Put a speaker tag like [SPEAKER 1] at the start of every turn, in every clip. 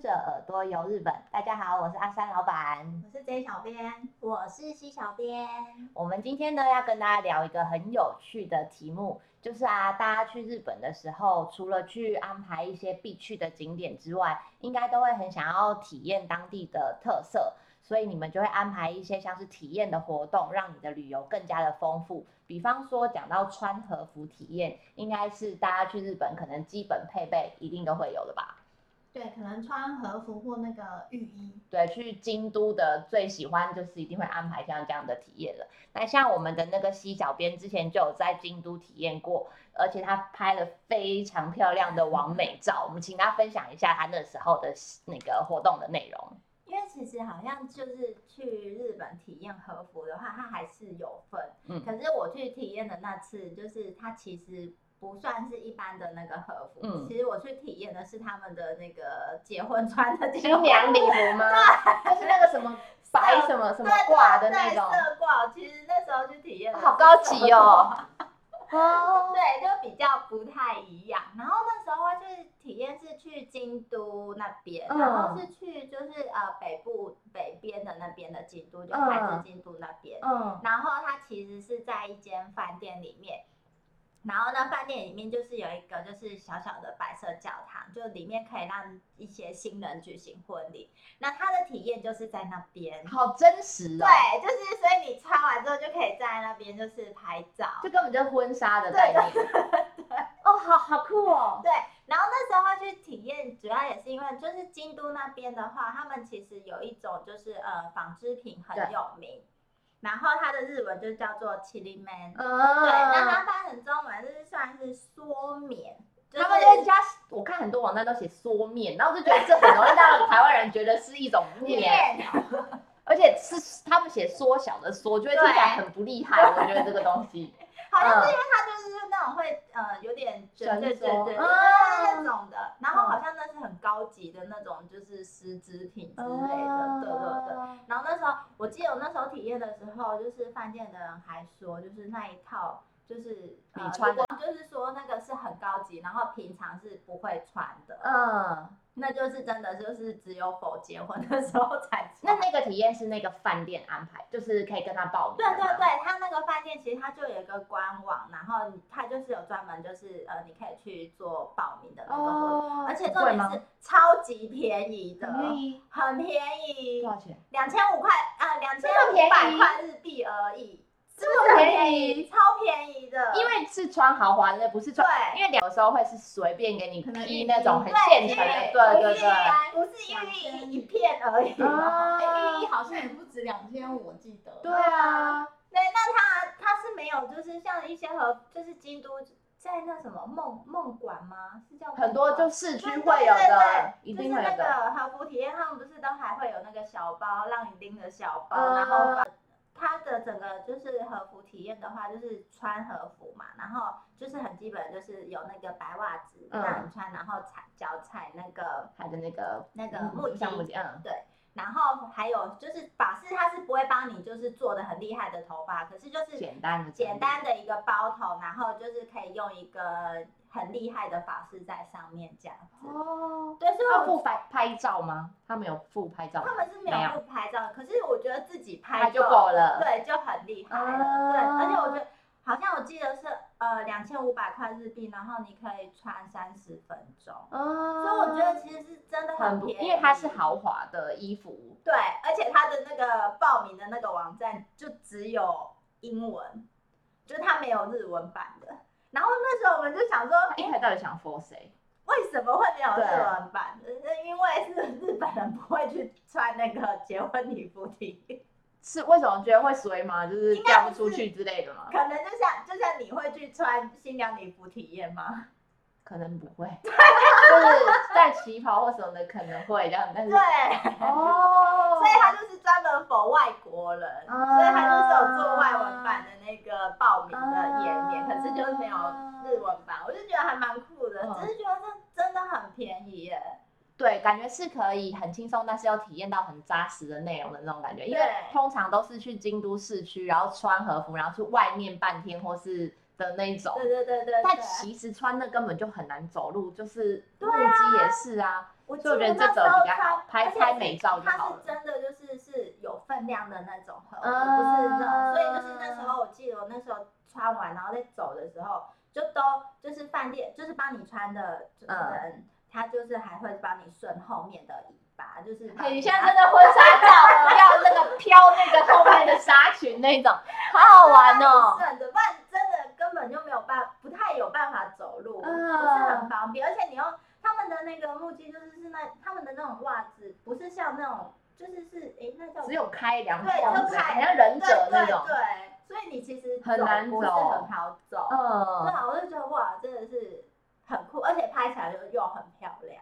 [SPEAKER 1] 者耳朵游日本。大家好，我是阿三老板。
[SPEAKER 2] 我是 J 小编，我是 C 小编，
[SPEAKER 1] 我们今天呢要跟大家聊一个很有趣的题目，就是啊，大家去日本的时候，除了去安排一些必去的景点之外，应该都会很想要体验当地的特色，所以你们就会安排一些像是体验的活动，让你的旅游更加的丰富。比方说，讲到穿和服体验，应该是大家去日本可能基本配备一定都会有的吧。
[SPEAKER 2] 对，可能穿和服或那个浴衣，
[SPEAKER 1] 对，去京都的最喜欢就是一定会安排像这样的体验了。那像我们的那个西小编之前就有在京都体验过，而且他拍了非常漂亮的完美照，我们请他分享一下他那时候的那个活动的内容。
[SPEAKER 2] 因为其实好像就是去日本体验和服的话，它还是有分。
[SPEAKER 1] 嗯
[SPEAKER 2] 可是我去体验的那次，就是它其实不算是一般的那个和服，
[SPEAKER 1] 嗯
[SPEAKER 2] 其实我去体验的是他们的那个结婚穿的结
[SPEAKER 1] 新
[SPEAKER 2] 婚
[SPEAKER 1] 娘礼服吗？ 就是那个什么白什么什么挂的那种
[SPEAKER 2] 对，色挂。其实那时候去体验的是
[SPEAKER 1] 好高级 哦。哦，
[SPEAKER 2] 对，就比较不太一样。然后那时候会去体验是去京都那边，
[SPEAKER 1] 嗯
[SPEAKER 2] 然后是去就是呃北部北边的那边的京都，就开
[SPEAKER 1] 嗯
[SPEAKER 2] 至京都那边。
[SPEAKER 1] 嗯
[SPEAKER 2] 然后它其实是在一间饭店里面，然后呢，饭店里面就是有一个就是小小的白色教堂，就里面可以让一些新人举行婚礼。那它的体验就是在那边，
[SPEAKER 1] 好真实哦，
[SPEAKER 2] 对，就是所以你穿完之后就可以站在那边就是拍照，
[SPEAKER 1] 这根本就是婚纱的概念。哦，好好酷哦。
[SPEAKER 2] 对，然后那时候去体验，主要也是因为就是京都那边的话，他们其实有一种就是呃纺织品
[SPEAKER 1] 对
[SPEAKER 2] 很有名，然后它的日文就叫做 c h i l i m a n
[SPEAKER 1] 嗯，
[SPEAKER 2] 对，那它翻成中文就是算是缩棉，就
[SPEAKER 1] 他们
[SPEAKER 2] 是
[SPEAKER 1] 人家我看很多网站都写缩面，然后就觉得这很容易让台湾人觉得是一种面，
[SPEAKER 2] 面，
[SPEAKER 1] 而且是他们写缩小的缩，就会听起来很不厉害。我觉得这个东西，
[SPEAKER 2] 好像是因为它就是那种会呃有点卷卷卷卷
[SPEAKER 1] 伸
[SPEAKER 2] 卷
[SPEAKER 1] 缩嗯
[SPEAKER 2] 那种的，然后好像那是很高级的那种就是丝织品之类
[SPEAKER 1] 嗯
[SPEAKER 2] 的，对对对。
[SPEAKER 1] 对。
[SPEAKER 2] 然后那时候，我记得我那时候体验的时候，就是饭店的人还说，就是那一套就是
[SPEAKER 1] 你穿的，
[SPEAKER 2] 呃如果就是说那个是很高级，然后平常是不会穿的，
[SPEAKER 1] 嗯，
[SPEAKER 2] 那就是真的就是只有否结婚的时候才
[SPEAKER 1] 那
[SPEAKER 2] 穿。
[SPEAKER 1] 那个体验是那个饭店安排，就是可以跟他报名。
[SPEAKER 2] 对对，对，他那个饭店其实它就有一个官网，然后它就是有专门就是呃，你可以去做报名的那个活动，
[SPEAKER 1] 哦，
[SPEAKER 2] 而且重
[SPEAKER 1] 贵
[SPEAKER 2] 点
[SPEAKER 1] 吗？
[SPEAKER 2] 是超级便宜的，
[SPEAKER 1] 很便宜，
[SPEAKER 2] 很便宜
[SPEAKER 1] 多，少钱？
[SPEAKER 2] 两千五块啊，两千
[SPEAKER 1] 这么
[SPEAKER 2] 五
[SPEAKER 1] 便
[SPEAKER 2] 百
[SPEAKER 1] 宜
[SPEAKER 2] 块日币而已，是
[SPEAKER 1] 这
[SPEAKER 2] 不
[SPEAKER 1] 么
[SPEAKER 2] 是很
[SPEAKER 1] 便
[SPEAKER 2] 便
[SPEAKER 1] 宜
[SPEAKER 2] 宜？超便宜的，
[SPEAKER 1] 因为是穿豪华的，不是穿，
[SPEAKER 2] 对
[SPEAKER 1] 因为有时候会是随便给你
[SPEAKER 3] 可能
[SPEAKER 1] 披
[SPEAKER 3] 浴
[SPEAKER 1] 那种很
[SPEAKER 3] 衣
[SPEAKER 2] 对
[SPEAKER 1] 现
[SPEAKER 2] 浴
[SPEAKER 1] 成的，
[SPEAKER 2] 衣
[SPEAKER 1] 对对
[SPEAKER 2] 浴
[SPEAKER 1] 对
[SPEAKER 2] 衣。啊不是浴衣一片而已。对，
[SPEAKER 1] 啊
[SPEAKER 3] 哎，一好像也不止两千五，我记得。
[SPEAKER 1] 对啊，
[SPEAKER 2] 那它它是没有，就是像一些和就是京都在那什么梦梦馆吗？是叫梦
[SPEAKER 1] 很多
[SPEAKER 2] 馆
[SPEAKER 1] 就
[SPEAKER 2] 吗
[SPEAKER 1] 市区
[SPEAKER 2] 对对
[SPEAKER 1] 会有
[SPEAKER 2] 对
[SPEAKER 1] 的，
[SPEAKER 2] 对
[SPEAKER 1] 一定会有
[SPEAKER 2] 就是
[SPEAKER 1] 的。
[SPEAKER 2] 那个和服体验，他们不是都还会有那个小包让你拎着小包，
[SPEAKER 1] 嗯
[SPEAKER 2] 然后把它的整个就是和服体验的话，就是穿和服嘛，然后就是很基本就是有那个白袜子
[SPEAKER 1] 嗯
[SPEAKER 2] 让你穿，然后踩脚踩那个
[SPEAKER 1] 它的那个
[SPEAKER 2] 那个
[SPEAKER 1] 嗯
[SPEAKER 2] 木
[SPEAKER 1] 像木
[SPEAKER 2] 屐。
[SPEAKER 1] 屐，嗯，
[SPEAKER 2] 然后还有就是法式，它是不会帮你就是做的很厉害的头发，可是就是
[SPEAKER 1] 简单的
[SPEAKER 2] 简，单的一个包头，然后就是可以用一个很厉害的法式在上面这样子。
[SPEAKER 1] 哦，
[SPEAKER 2] 对，所以
[SPEAKER 1] 他
[SPEAKER 2] 我
[SPEAKER 1] 附拍拍照吗？他们有附拍照吗，
[SPEAKER 2] 他们是没有不拍照，可是我觉得自己
[SPEAKER 1] 拍
[SPEAKER 2] 拍
[SPEAKER 1] 就够了。
[SPEAKER 2] 对，就很厉害了。
[SPEAKER 1] 啊
[SPEAKER 2] 对，而且我觉得好像我记得是呃两千五百块日币，然后你可以穿三十分钟，
[SPEAKER 1] 哦，
[SPEAKER 2] 所以我觉得其实是真的
[SPEAKER 1] 很不，
[SPEAKER 2] 便宜，
[SPEAKER 1] 因为它是。豪华的衣服，
[SPEAKER 2] 对，而且它的那个报名的那个网站就只有英文，就是它没有日文版的。然后那时候我们就想说，
[SPEAKER 1] 哎他一开始到底想 for 谁？
[SPEAKER 2] 为什么会没有日文版？呃因为是日本人不会去穿那个结婚礼服体验
[SPEAKER 1] 是为什么觉得会随吗？就是
[SPEAKER 2] 应该
[SPEAKER 1] 嫁不
[SPEAKER 2] 不
[SPEAKER 1] 出
[SPEAKER 2] 是
[SPEAKER 1] 去之类的吗？
[SPEAKER 2] 可能就像就像你会去穿新娘礼服体验吗？
[SPEAKER 1] 可能不会， 就是在旗袍或什么的可能会这样，但
[SPEAKER 2] 对，
[SPEAKER 1] 是
[SPEAKER 2] 所
[SPEAKER 1] 哦，
[SPEAKER 2] 以他就是专门否外国人，
[SPEAKER 1] 啊
[SPEAKER 2] 所以他就是有做外文版的那个报名的页面，
[SPEAKER 1] 啊
[SPEAKER 2] 可是就是没有日文版，我就觉得还蛮酷的，
[SPEAKER 1] 嗯
[SPEAKER 2] 只是觉得这真的很便宜耶。
[SPEAKER 1] 对，感觉是可以很轻松，但是又体验到很扎实的内容的那种感觉。因为
[SPEAKER 2] 对
[SPEAKER 1] 通常都是去京都市区，然后穿和服，然后去外面半天或是的那一种。
[SPEAKER 2] 对对对对
[SPEAKER 1] 但
[SPEAKER 2] 对，
[SPEAKER 1] 其实穿的根本就很难走路，就是木
[SPEAKER 2] 对啊
[SPEAKER 1] 屐也是啊。
[SPEAKER 2] 我记
[SPEAKER 1] 就
[SPEAKER 2] 得
[SPEAKER 1] 人
[SPEAKER 2] 那
[SPEAKER 1] 这
[SPEAKER 2] 时
[SPEAKER 1] 种
[SPEAKER 2] 候
[SPEAKER 1] 比较好
[SPEAKER 2] 穿
[SPEAKER 1] 拍
[SPEAKER 2] 而且
[SPEAKER 1] 拍
[SPEAKER 2] 是
[SPEAKER 1] 美照就
[SPEAKER 2] 它
[SPEAKER 1] 好
[SPEAKER 2] 是
[SPEAKER 1] 了
[SPEAKER 2] 真的就是是有分量的那种盒，而不是
[SPEAKER 1] 啊
[SPEAKER 2] 那种。所以就是那时候，我记得我那时候穿完，然后在走的时候，就都就是饭店就是帮你穿的人，
[SPEAKER 1] 嗯
[SPEAKER 2] 他就是还会帮你顺后面的尾巴，就是把
[SPEAKER 1] 哎你现在真的婚纱照了，要那个飘那个后面的纱裙那种，好好玩哦。
[SPEAKER 2] 顺的，不然真的根本就没有办，不太有办法走路，
[SPEAKER 1] 嗯
[SPEAKER 2] 不是很方便。而且你用他们的那个木屐，就是是那他们的那种袜子，不是像那种就是是诶，那叫
[SPEAKER 1] 只有开两
[SPEAKER 2] 对
[SPEAKER 1] 条
[SPEAKER 2] 就
[SPEAKER 1] 腿，
[SPEAKER 2] 开
[SPEAKER 1] 好像忍者那种
[SPEAKER 2] 对。对对，所以你其实
[SPEAKER 1] 很难
[SPEAKER 2] 不是
[SPEAKER 1] 走
[SPEAKER 2] 很好走。对
[SPEAKER 1] 嗯，
[SPEAKER 2] 啊，我就觉得哇，真的是很酷，而且拍起来就又很漂亮。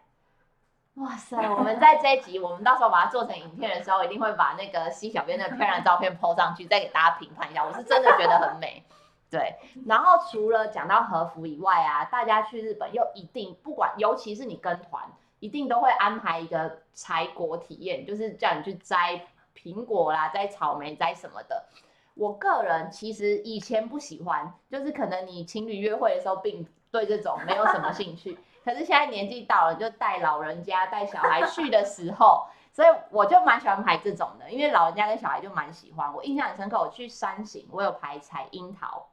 [SPEAKER 1] 哇塞！我们在这一集，我们到时候把它做成影片的时候，一定会把那个西小编的漂亮照片 PO 上去，再给大家评判一下。我是真的觉得很美。 对，然后除了讲到和服以外啊，大家去日本又一定不管，尤其是你跟团，一定都会安排一个采果体验，就是叫你去摘苹果啦、摘草莓、摘什么的。我个人其实以前不喜欢，就是可能你情侣约会的时候，并对这种没有什么兴趣。可是现在年纪到了，就带老人家、带小孩去的时候， 所以我就蛮喜欢排这种的，因为老人家跟小孩就蛮喜欢。我印象很深刻，我去山行，我有排采樱桃，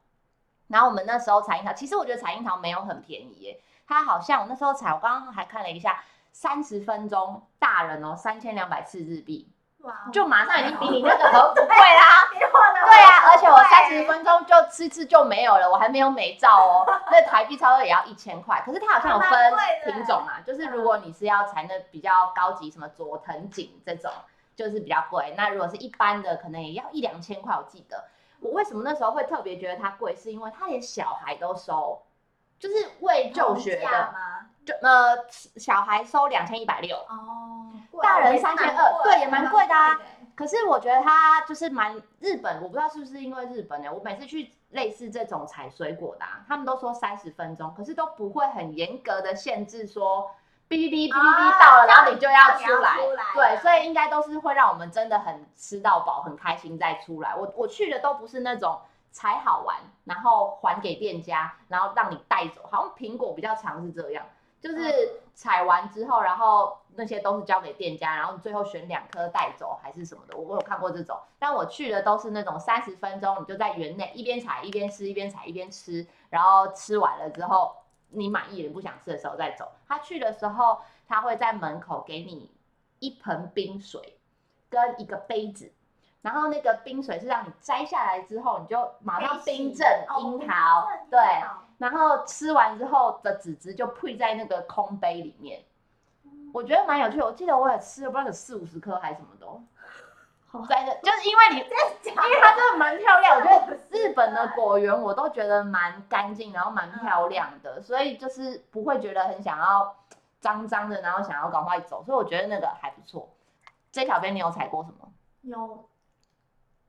[SPEAKER 1] 然后我们那时候采樱桃，其实我觉得采樱桃没有很便宜耶，它好像我那时候采，我刚刚还看了一下，三十分钟大人哦，三千两百次日币，
[SPEAKER 2] 哇，
[SPEAKER 1] 就马上已经比你那个盒子贵 啦。
[SPEAKER 2] 比我的
[SPEAKER 1] 对啊，而且我
[SPEAKER 2] 对
[SPEAKER 1] 三十分钟就吃吃就没有了，我还没有美照哦。那台币差不多也要一千块，可是它好像有
[SPEAKER 2] 还
[SPEAKER 1] 分
[SPEAKER 2] 蛮贵的
[SPEAKER 1] 品种嘛，就是如果你是要采那比较高级，什么佐藤锦这种，就是比较贵。那如果是一般的，可能也要一两千块，我记得。我为什么那时候会特别觉得它贵，是因为它连小孩都收，就是为
[SPEAKER 2] 啊
[SPEAKER 1] 就学
[SPEAKER 2] 同价
[SPEAKER 1] 的，
[SPEAKER 2] 吗？
[SPEAKER 1] 就呃小孩收两千一百六，
[SPEAKER 2] 哦，
[SPEAKER 1] 大人
[SPEAKER 2] 也蛮
[SPEAKER 1] 3200
[SPEAKER 2] 贵
[SPEAKER 1] 对也蛮贵的啊
[SPEAKER 2] 的
[SPEAKER 1] 可是我觉得它就是蛮日本，我不知道是不是因为日本欸人，我每次去类似这种采水果的、啊，他们都说三十分钟，可是都不会很严格的限制说哔哔哔哔
[SPEAKER 2] 啊
[SPEAKER 1] 哔到了，然后你就要
[SPEAKER 2] 哦这
[SPEAKER 1] 出
[SPEAKER 2] 样啊你
[SPEAKER 1] 来
[SPEAKER 2] 要出来。
[SPEAKER 1] 对，所以应该都是会让我们真的很吃到饱，很开心再出来。我我去的都不是那种采好玩，然后还给店家，然后让你带走，好像苹果比较常是这样。就是采完之后，然后那些都是交给店家，然后你最后选两颗带走还是什么的，我我有看过这种，但我去的都是那种三十分钟，你就在园内一边采一边吃，一边采一边吃，然后吃完了之后你满意了你不想吃的时候再走。他去的时候，他会在门口给你一盆冰水跟一个杯子，然后那个冰水是让你摘下来之后，你就马上哦冰镇啊樱桃，对，然后吃完之后的籽汁就配在那个空杯里面，我觉得蛮有趣的。我记得我也吃了，不知道有四五十颗还是什么 都。在那，就是因为你，因为它真的蛮漂亮。我觉得日本的果园我都觉得蛮干净，然后蛮漂亮的，所以就是不会觉得很想要脏脏的，然后想要赶快走。所以我觉得那个还不错。J 小编，你有采过什么？
[SPEAKER 3] 有，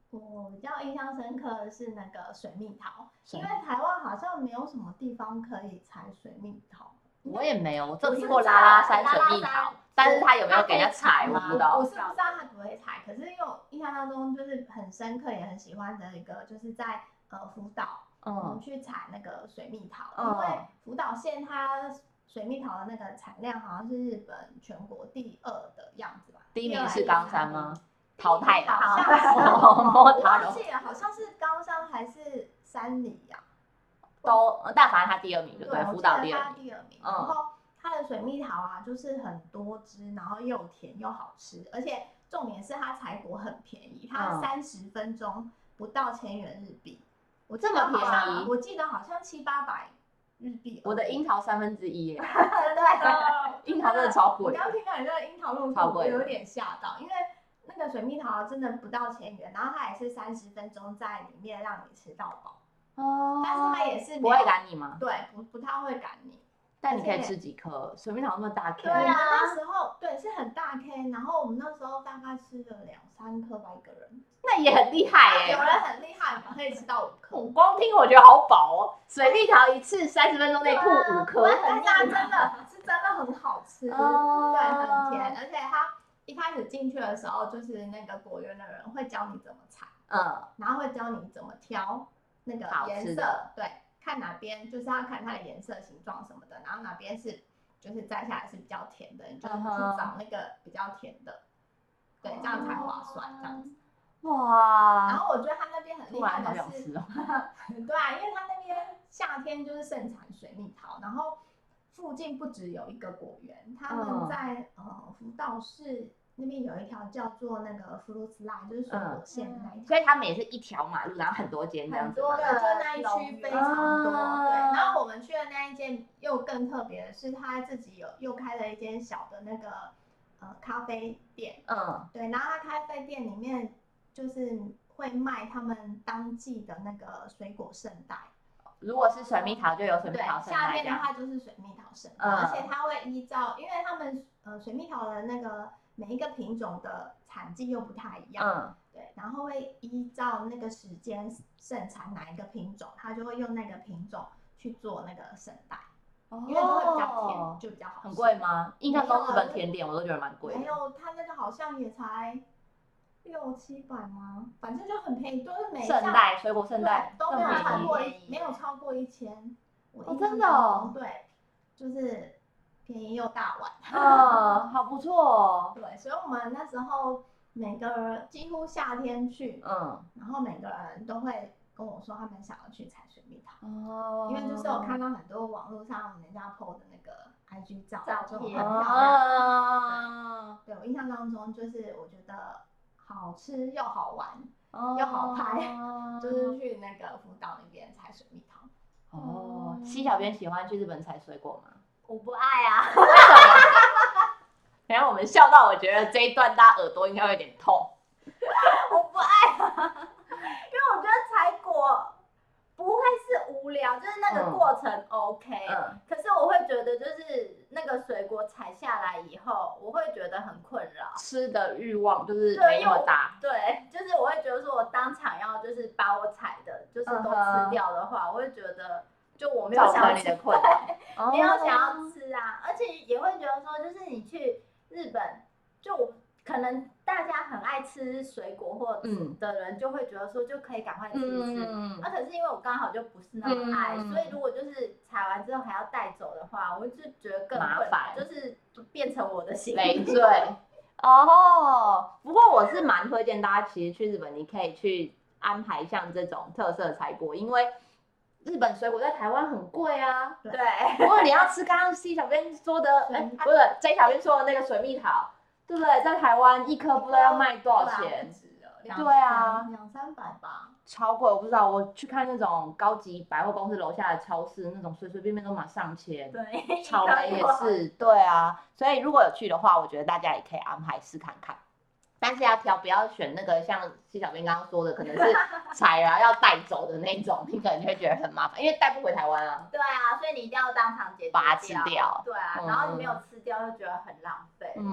[SPEAKER 3] 我比较印象深刻的是那个水蜜桃，
[SPEAKER 1] 水
[SPEAKER 3] 因
[SPEAKER 1] 蜜
[SPEAKER 3] 为台湾好像没有什么地方可以采水蜜桃。
[SPEAKER 1] 我也没有，我只有
[SPEAKER 2] 我是
[SPEAKER 1] 听过拉拉山
[SPEAKER 2] 知
[SPEAKER 1] 水
[SPEAKER 2] 道
[SPEAKER 1] 蜜
[SPEAKER 2] 拉拉
[SPEAKER 1] 桃
[SPEAKER 2] 山，
[SPEAKER 1] 但是它有没有
[SPEAKER 3] 它
[SPEAKER 1] 给人家
[SPEAKER 3] 可以采
[SPEAKER 1] 采，我
[SPEAKER 3] 吗
[SPEAKER 1] 不知道
[SPEAKER 3] 我。是不知道他可不会采，可是因为我印象当中就是很深刻也很喜欢的一个，就是在呃福岛，我们
[SPEAKER 1] 嗯
[SPEAKER 3] 去采那个水蜜桃，
[SPEAKER 1] 嗯
[SPEAKER 3] 因为福岛县它水蜜桃的那个产量好像是日本全国第二的样子吧？
[SPEAKER 1] 第一
[SPEAKER 3] 二
[SPEAKER 1] 名
[SPEAKER 3] 还
[SPEAKER 1] 是
[SPEAKER 3] 第
[SPEAKER 1] 冈
[SPEAKER 3] 三
[SPEAKER 1] 山吗
[SPEAKER 3] 名？
[SPEAKER 1] 淘汰了，
[SPEAKER 3] 好像是
[SPEAKER 1] 摸
[SPEAKER 3] 我
[SPEAKER 1] 他
[SPEAKER 3] 忘
[SPEAKER 1] 了，
[SPEAKER 3] 记了，好像是高山还是山里啊呀、
[SPEAKER 1] 都呃但反正他第二名对不对？
[SPEAKER 3] 我
[SPEAKER 1] 辅
[SPEAKER 3] 记
[SPEAKER 1] 导
[SPEAKER 3] 得
[SPEAKER 1] 第二
[SPEAKER 3] 它
[SPEAKER 1] 名，
[SPEAKER 3] 第二名。
[SPEAKER 1] 嗯
[SPEAKER 3] 然后它的水蜜桃啊，就是很多汁，然后又甜又好吃，而且重点是它采果很便宜，它
[SPEAKER 1] 嗯
[SPEAKER 3] 三十分钟不到千元日币。我记
[SPEAKER 1] 这
[SPEAKER 3] 得
[SPEAKER 1] 么
[SPEAKER 3] 好像
[SPEAKER 1] 便宜
[SPEAKER 3] 我记得好像七八百日币而已。
[SPEAKER 1] 我的樱桃三分之一 耶，
[SPEAKER 2] 真的，
[SPEAKER 1] 樱桃真的超
[SPEAKER 3] 我
[SPEAKER 1] 贵的，
[SPEAKER 3] 刚听到你那个樱桃论述，
[SPEAKER 1] 超贵
[SPEAKER 3] 我
[SPEAKER 1] 的
[SPEAKER 3] 有点吓到，因为那个水蜜桃啊真的不到千元，然后它也是三十分钟在里面让你吃到饱，
[SPEAKER 1] 哦
[SPEAKER 3] 但是它也是没
[SPEAKER 1] 不
[SPEAKER 3] 有
[SPEAKER 1] 会赶你吗？
[SPEAKER 3] 对，不不太会赶你。
[SPEAKER 1] 但你可以吃几颗，水蜜桃那么大颗
[SPEAKER 3] 对，啊，
[SPEAKER 2] 啊
[SPEAKER 3] 那时候对是很大 K，然后我们那时候大概吃了两三颗吧，一个人。
[SPEAKER 1] 那也很厉害
[SPEAKER 3] 有
[SPEAKER 1] 耶。
[SPEAKER 3] 人很厉害，可以吃到五颗。
[SPEAKER 1] 我光听我觉得好饱哦，水蜜桃一次三十分钟内吐
[SPEAKER 2] 对啊
[SPEAKER 1] 五颗
[SPEAKER 2] 我，
[SPEAKER 3] 但是它真的是真的很好吃，
[SPEAKER 1] 哦
[SPEAKER 3] 对，很甜，而且它一开始进去的时候，就是那个果园的人会教你怎么采，
[SPEAKER 1] 嗯，
[SPEAKER 3] 然后会教你怎么挑那个
[SPEAKER 1] 好吃
[SPEAKER 3] 颜色
[SPEAKER 1] 的，
[SPEAKER 3] 对，看哪边就是要看它的颜色、形状什么的，然后哪边是就是摘下来是比较甜的，你就去
[SPEAKER 1] 嗯哼
[SPEAKER 3] 找那个比较甜的，对，这样才划算这样子。然
[SPEAKER 1] 哇，
[SPEAKER 3] 后我觉得他那边很厉
[SPEAKER 1] 啊突
[SPEAKER 3] 害
[SPEAKER 1] 然好
[SPEAKER 3] 的
[SPEAKER 1] 想
[SPEAKER 3] 是，
[SPEAKER 1] 吃哦。
[SPEAKER 3] 对啊，因为他那边夏天就是盛产水蜜桃，然后附近不只有一个果园，他
[SPEAKER 1] 嗯
[SPEAKER 3] 们在、呃福岛市那边有一条叫做那个福禄斯拉，就是水
[SPEAKER 1] 嗯
[SPEAKER 3] 果线的那一条。
[SPEAKER 1] 所以他们也是一条马路，然后很多间这样
[SPEAKER 3] 很
[SPEAKER 1] 子
[SPEAKER 3] 多
[SPEAKER 1] 吗。
[SPEAKER 3] 的，就那一区非常多。
[SPEAKER 1] 啊
[SPEAKER 3] 对，然后我们去的那一间又更特别的是，他自己有又开了一间小的那个呃咖啡店，
[SPEAKER 1] 嗯，
[SPEAKER 3] 对，然后他咖啡店里面就是会卖他们当季的那个水果圣代，
[SPEAKER 1] 如果是水蜜桃，就有水蜜
[SPEAKER 3] 对
[SPEAKER 1] 桃，圣
[SPEAKER 3] 夏
[SPEAKER 1] 代
[SPEAKER 3] 天
[SPEAKER 1] 这
[SPEAKER 3] 的
[SPEAKER 1] 样。
[SPEAKER 3] 话就是水蜜桃圣代，
[SPEAKER 1] 嗯
[SPEAKER 3] 而且它会依照，因为他们呃水蜜桃的那个每一个品种的产季又不太一样，
[SPEAKER 1] 嗯，
[SPEAKER 3] 对，然后会依照那个时间盛产哪一个品种，它就会用那个品种去做那个圣代，
[SPEAKER 1] 嗯
[SPEAKER 3] 因为它会比较甜，
[SPEAKER 1] 哦
[SPEAKER 3] 就比较好吃。
[SPEAKER 1] 很贵吗？印象中日本甜点我都觉得蛮贵
[SPEAKER 3] 没
[SPEAKER 1] 的。
[SPEAKER 3] 有，它那个好像也才六七百吗？反正就很便宜，就是每一
[SPEAKER 1] 圣
[SPEAKER 3] 项
[SPEAKER 1] 代水果圣代
[SPEAKER 3] 对都
[SPEAKER 1] 更
[SPEAKER 3] 没有
[SPEAKER 1] 便
[SPEAKER 3] 超
[SPEAKER 1] 宜
[SPEAKER 3] 过
[SPEAKER 2] 便宜
[SPEAKER 3] 一没有超过一千。我
[SPEAKER 1] 哦
[SPEAKER 3] 印
[SPEAKER 1] 真
[SPEAKER 3] 象
[SPEAKER 1] 的哦
[SPEAKER 3] 中对，就是便宜又大碗。
[SPEAKER 1] 嗯，好不错哦。
[SPEAKER 3] 对，所以我们那时候每个人几乎夏天去，
[SPEAKER 1] 嗯，
[SPEAKER 3] 然后每个人都会跟我说他们想要去采水蜜桃，
[SPEAKER 1] 哦
[SPEAKER 3] 因为就是我看到很多网络上人家 PO 的那个 IG 照，
[SPEAKER 2] 照
[SPEAKER 3] 就很
[SPEAKER 2] 片
[SPEAKER 3] 漂亮。
[SPEAKER 1] 啊，
[SPEAKER 3] 对我印象当中，就是我觉得好吃又好玩，
[SPEAKER 1] 哦
[SPEAKER 3] 又好拍
[SPEAKER 1] 嗯
[SPEAKER 3] 就是去那个福岛那边采水蜜桃。
[SPEAKER 1] 哦，西小编喜欢去日本采水果吗？
[SPEAKER 2] 我不爱啊，
[SPEAKER 1] 为什么？ 等一下我们笑到，我觉得这一段大家耳朵应该会有点痛。
[SPEAKER 2] 我不爱啊，因为我觉得采果不会是无聊，就是那个
[SPEAKER 1] 嗯
[SPEAKER 2] 过程 OK，、
[SPEAKER 1] 嗯，
[SPEAKER 3] 哎
[SPEAKER 2] 可是我会觉得就是那个水果采下来以后，我会觉得很困扰。
[SPEAKER 1] 吃的欲望就是
[SPEAKER 2] 对，
[SPEAKER 1] 没
[SPEAKER 2] 因
[SPEAKER 1] 那
[SPEAKER 2] 为
[SPEAKER 1] 么
[SPEAKER 2] 我
[SPEAKER 1] 大。
[SPEAKER 2] 对，就是我会觉得说，我当场要就是把我采的，就是都
[SPEAKER 1] 嗯哼
[SPEAKER 2] 吃掉的话，我会觉得就我没有
[SPEAKER 1] 造
[SPEAKER 2] 想
[SPEAKER 1] 成
[SPEAKER 2] 要
[SPEAKER 1] 你
[SPEAKER 2] 吃
[SPEAKER 1] 的困扰，
[SPEAKER 2] 没有想要
[SPEAKER 1] 哦
[SPEAKER 2] 吃啊，而且也会觉得说，就是你去日本，就我可能大家很爱吃水果或
[SPEAKER 1] 嗯
[SPEAKER 2] 的人，就会觉得说就可以赶快吃一吃。
[SPEAKER 1] 嗯
[SPEAKER 2] 啊，可是因为我刚好就不是那么爱，
[SPEAKER 1] 嗯
[SPEAKER 2] 所以如果就是采完之后还要带走的话，我就觉得更
[SPEAKER 1] 麻
[SPEAKER 2] 困扰
[SPEAKER 1] 烦
[SPEAKER 2] 就是变成我的行
[SPEAKER 1] 累
[SPEAKER 2] 李。
[SPEAKER 1] 赘。哦，不过我是蛮推荐大家，其实去日本你可以去安排像这种特色采果，因为日本水果在台湾很贵啊。
[SPEAKER 2] 对，
[SPEAKER 1] 不过你要吃刚刚 C 小编说 的，
[SPEAKER 3] 水
[SPEAKER 1] 哎、
[SPEAKER 3] 蜜
[SPEAKER 1] 不是 J 小编说的那个水蜜桃，对不对？在台湾一颗不知道要卖多少
[SPEAKER 3] 对啊
[SPEAKER 1] 钱
[SPEAKER 3] 不，止了两
[SPEAKER 1] 对啊
[SPEAKER 3] 两两三百吧。
[SPEAKER 1] 超贵，我不知道。我去看那种高级百货公司楼下的超市，那种随随便便都马上千。
[SPEAKER 2] 对，
[SPEAKER 1] 草莓也是，对啊，所以如果有去的话，我觉得大家也可以安排试看看，但是要挑，不要选那个像谢小编刚刚说的，可能 是采了要带走的那种，你可能就会觉得很麻烦，因为带不回台湾啊。
[SPEAKER 2] 对啊，所以你一定要当场解决
[SPEAKER 1] 把它吃掉
[SPEAKER 2] 对啊，
[SPEAKER 1] 嗯
[SPEAKER 2] 然后你没有吃掉就觉得很浪费。嗯，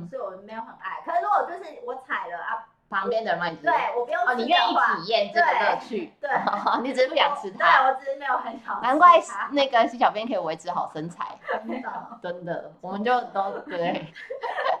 [SPEAKER 1] 嗯，
[SPEAKER 2] 所以我没有很爱。可是如果就是我采了啊，
[SPEAKER 1] 旁边的人帮你吃，
[SPEAKER 2] 对我不用
[SPEAKER 1] 哦，
[SPEAKER 2] 吃
[SPEAKER 1] 你
[SPEAKER 2] 的
[SPEAKER 1] 愿意
[SPEAKER 2] 话，
[SPEAKER 1] 体验这个乐趣， 哦
[SPEAKER 2] 对，
[SPEAKER 1] 你只是不想吃它。
[SPEAKER 2] 对我只是没有很想吃它。
[SPEAKER 1] 难怪那个谢小编可以维持好身材，
[SPEAKER 3] 真的，
[SPEAKER 1] 真的，我们就都对。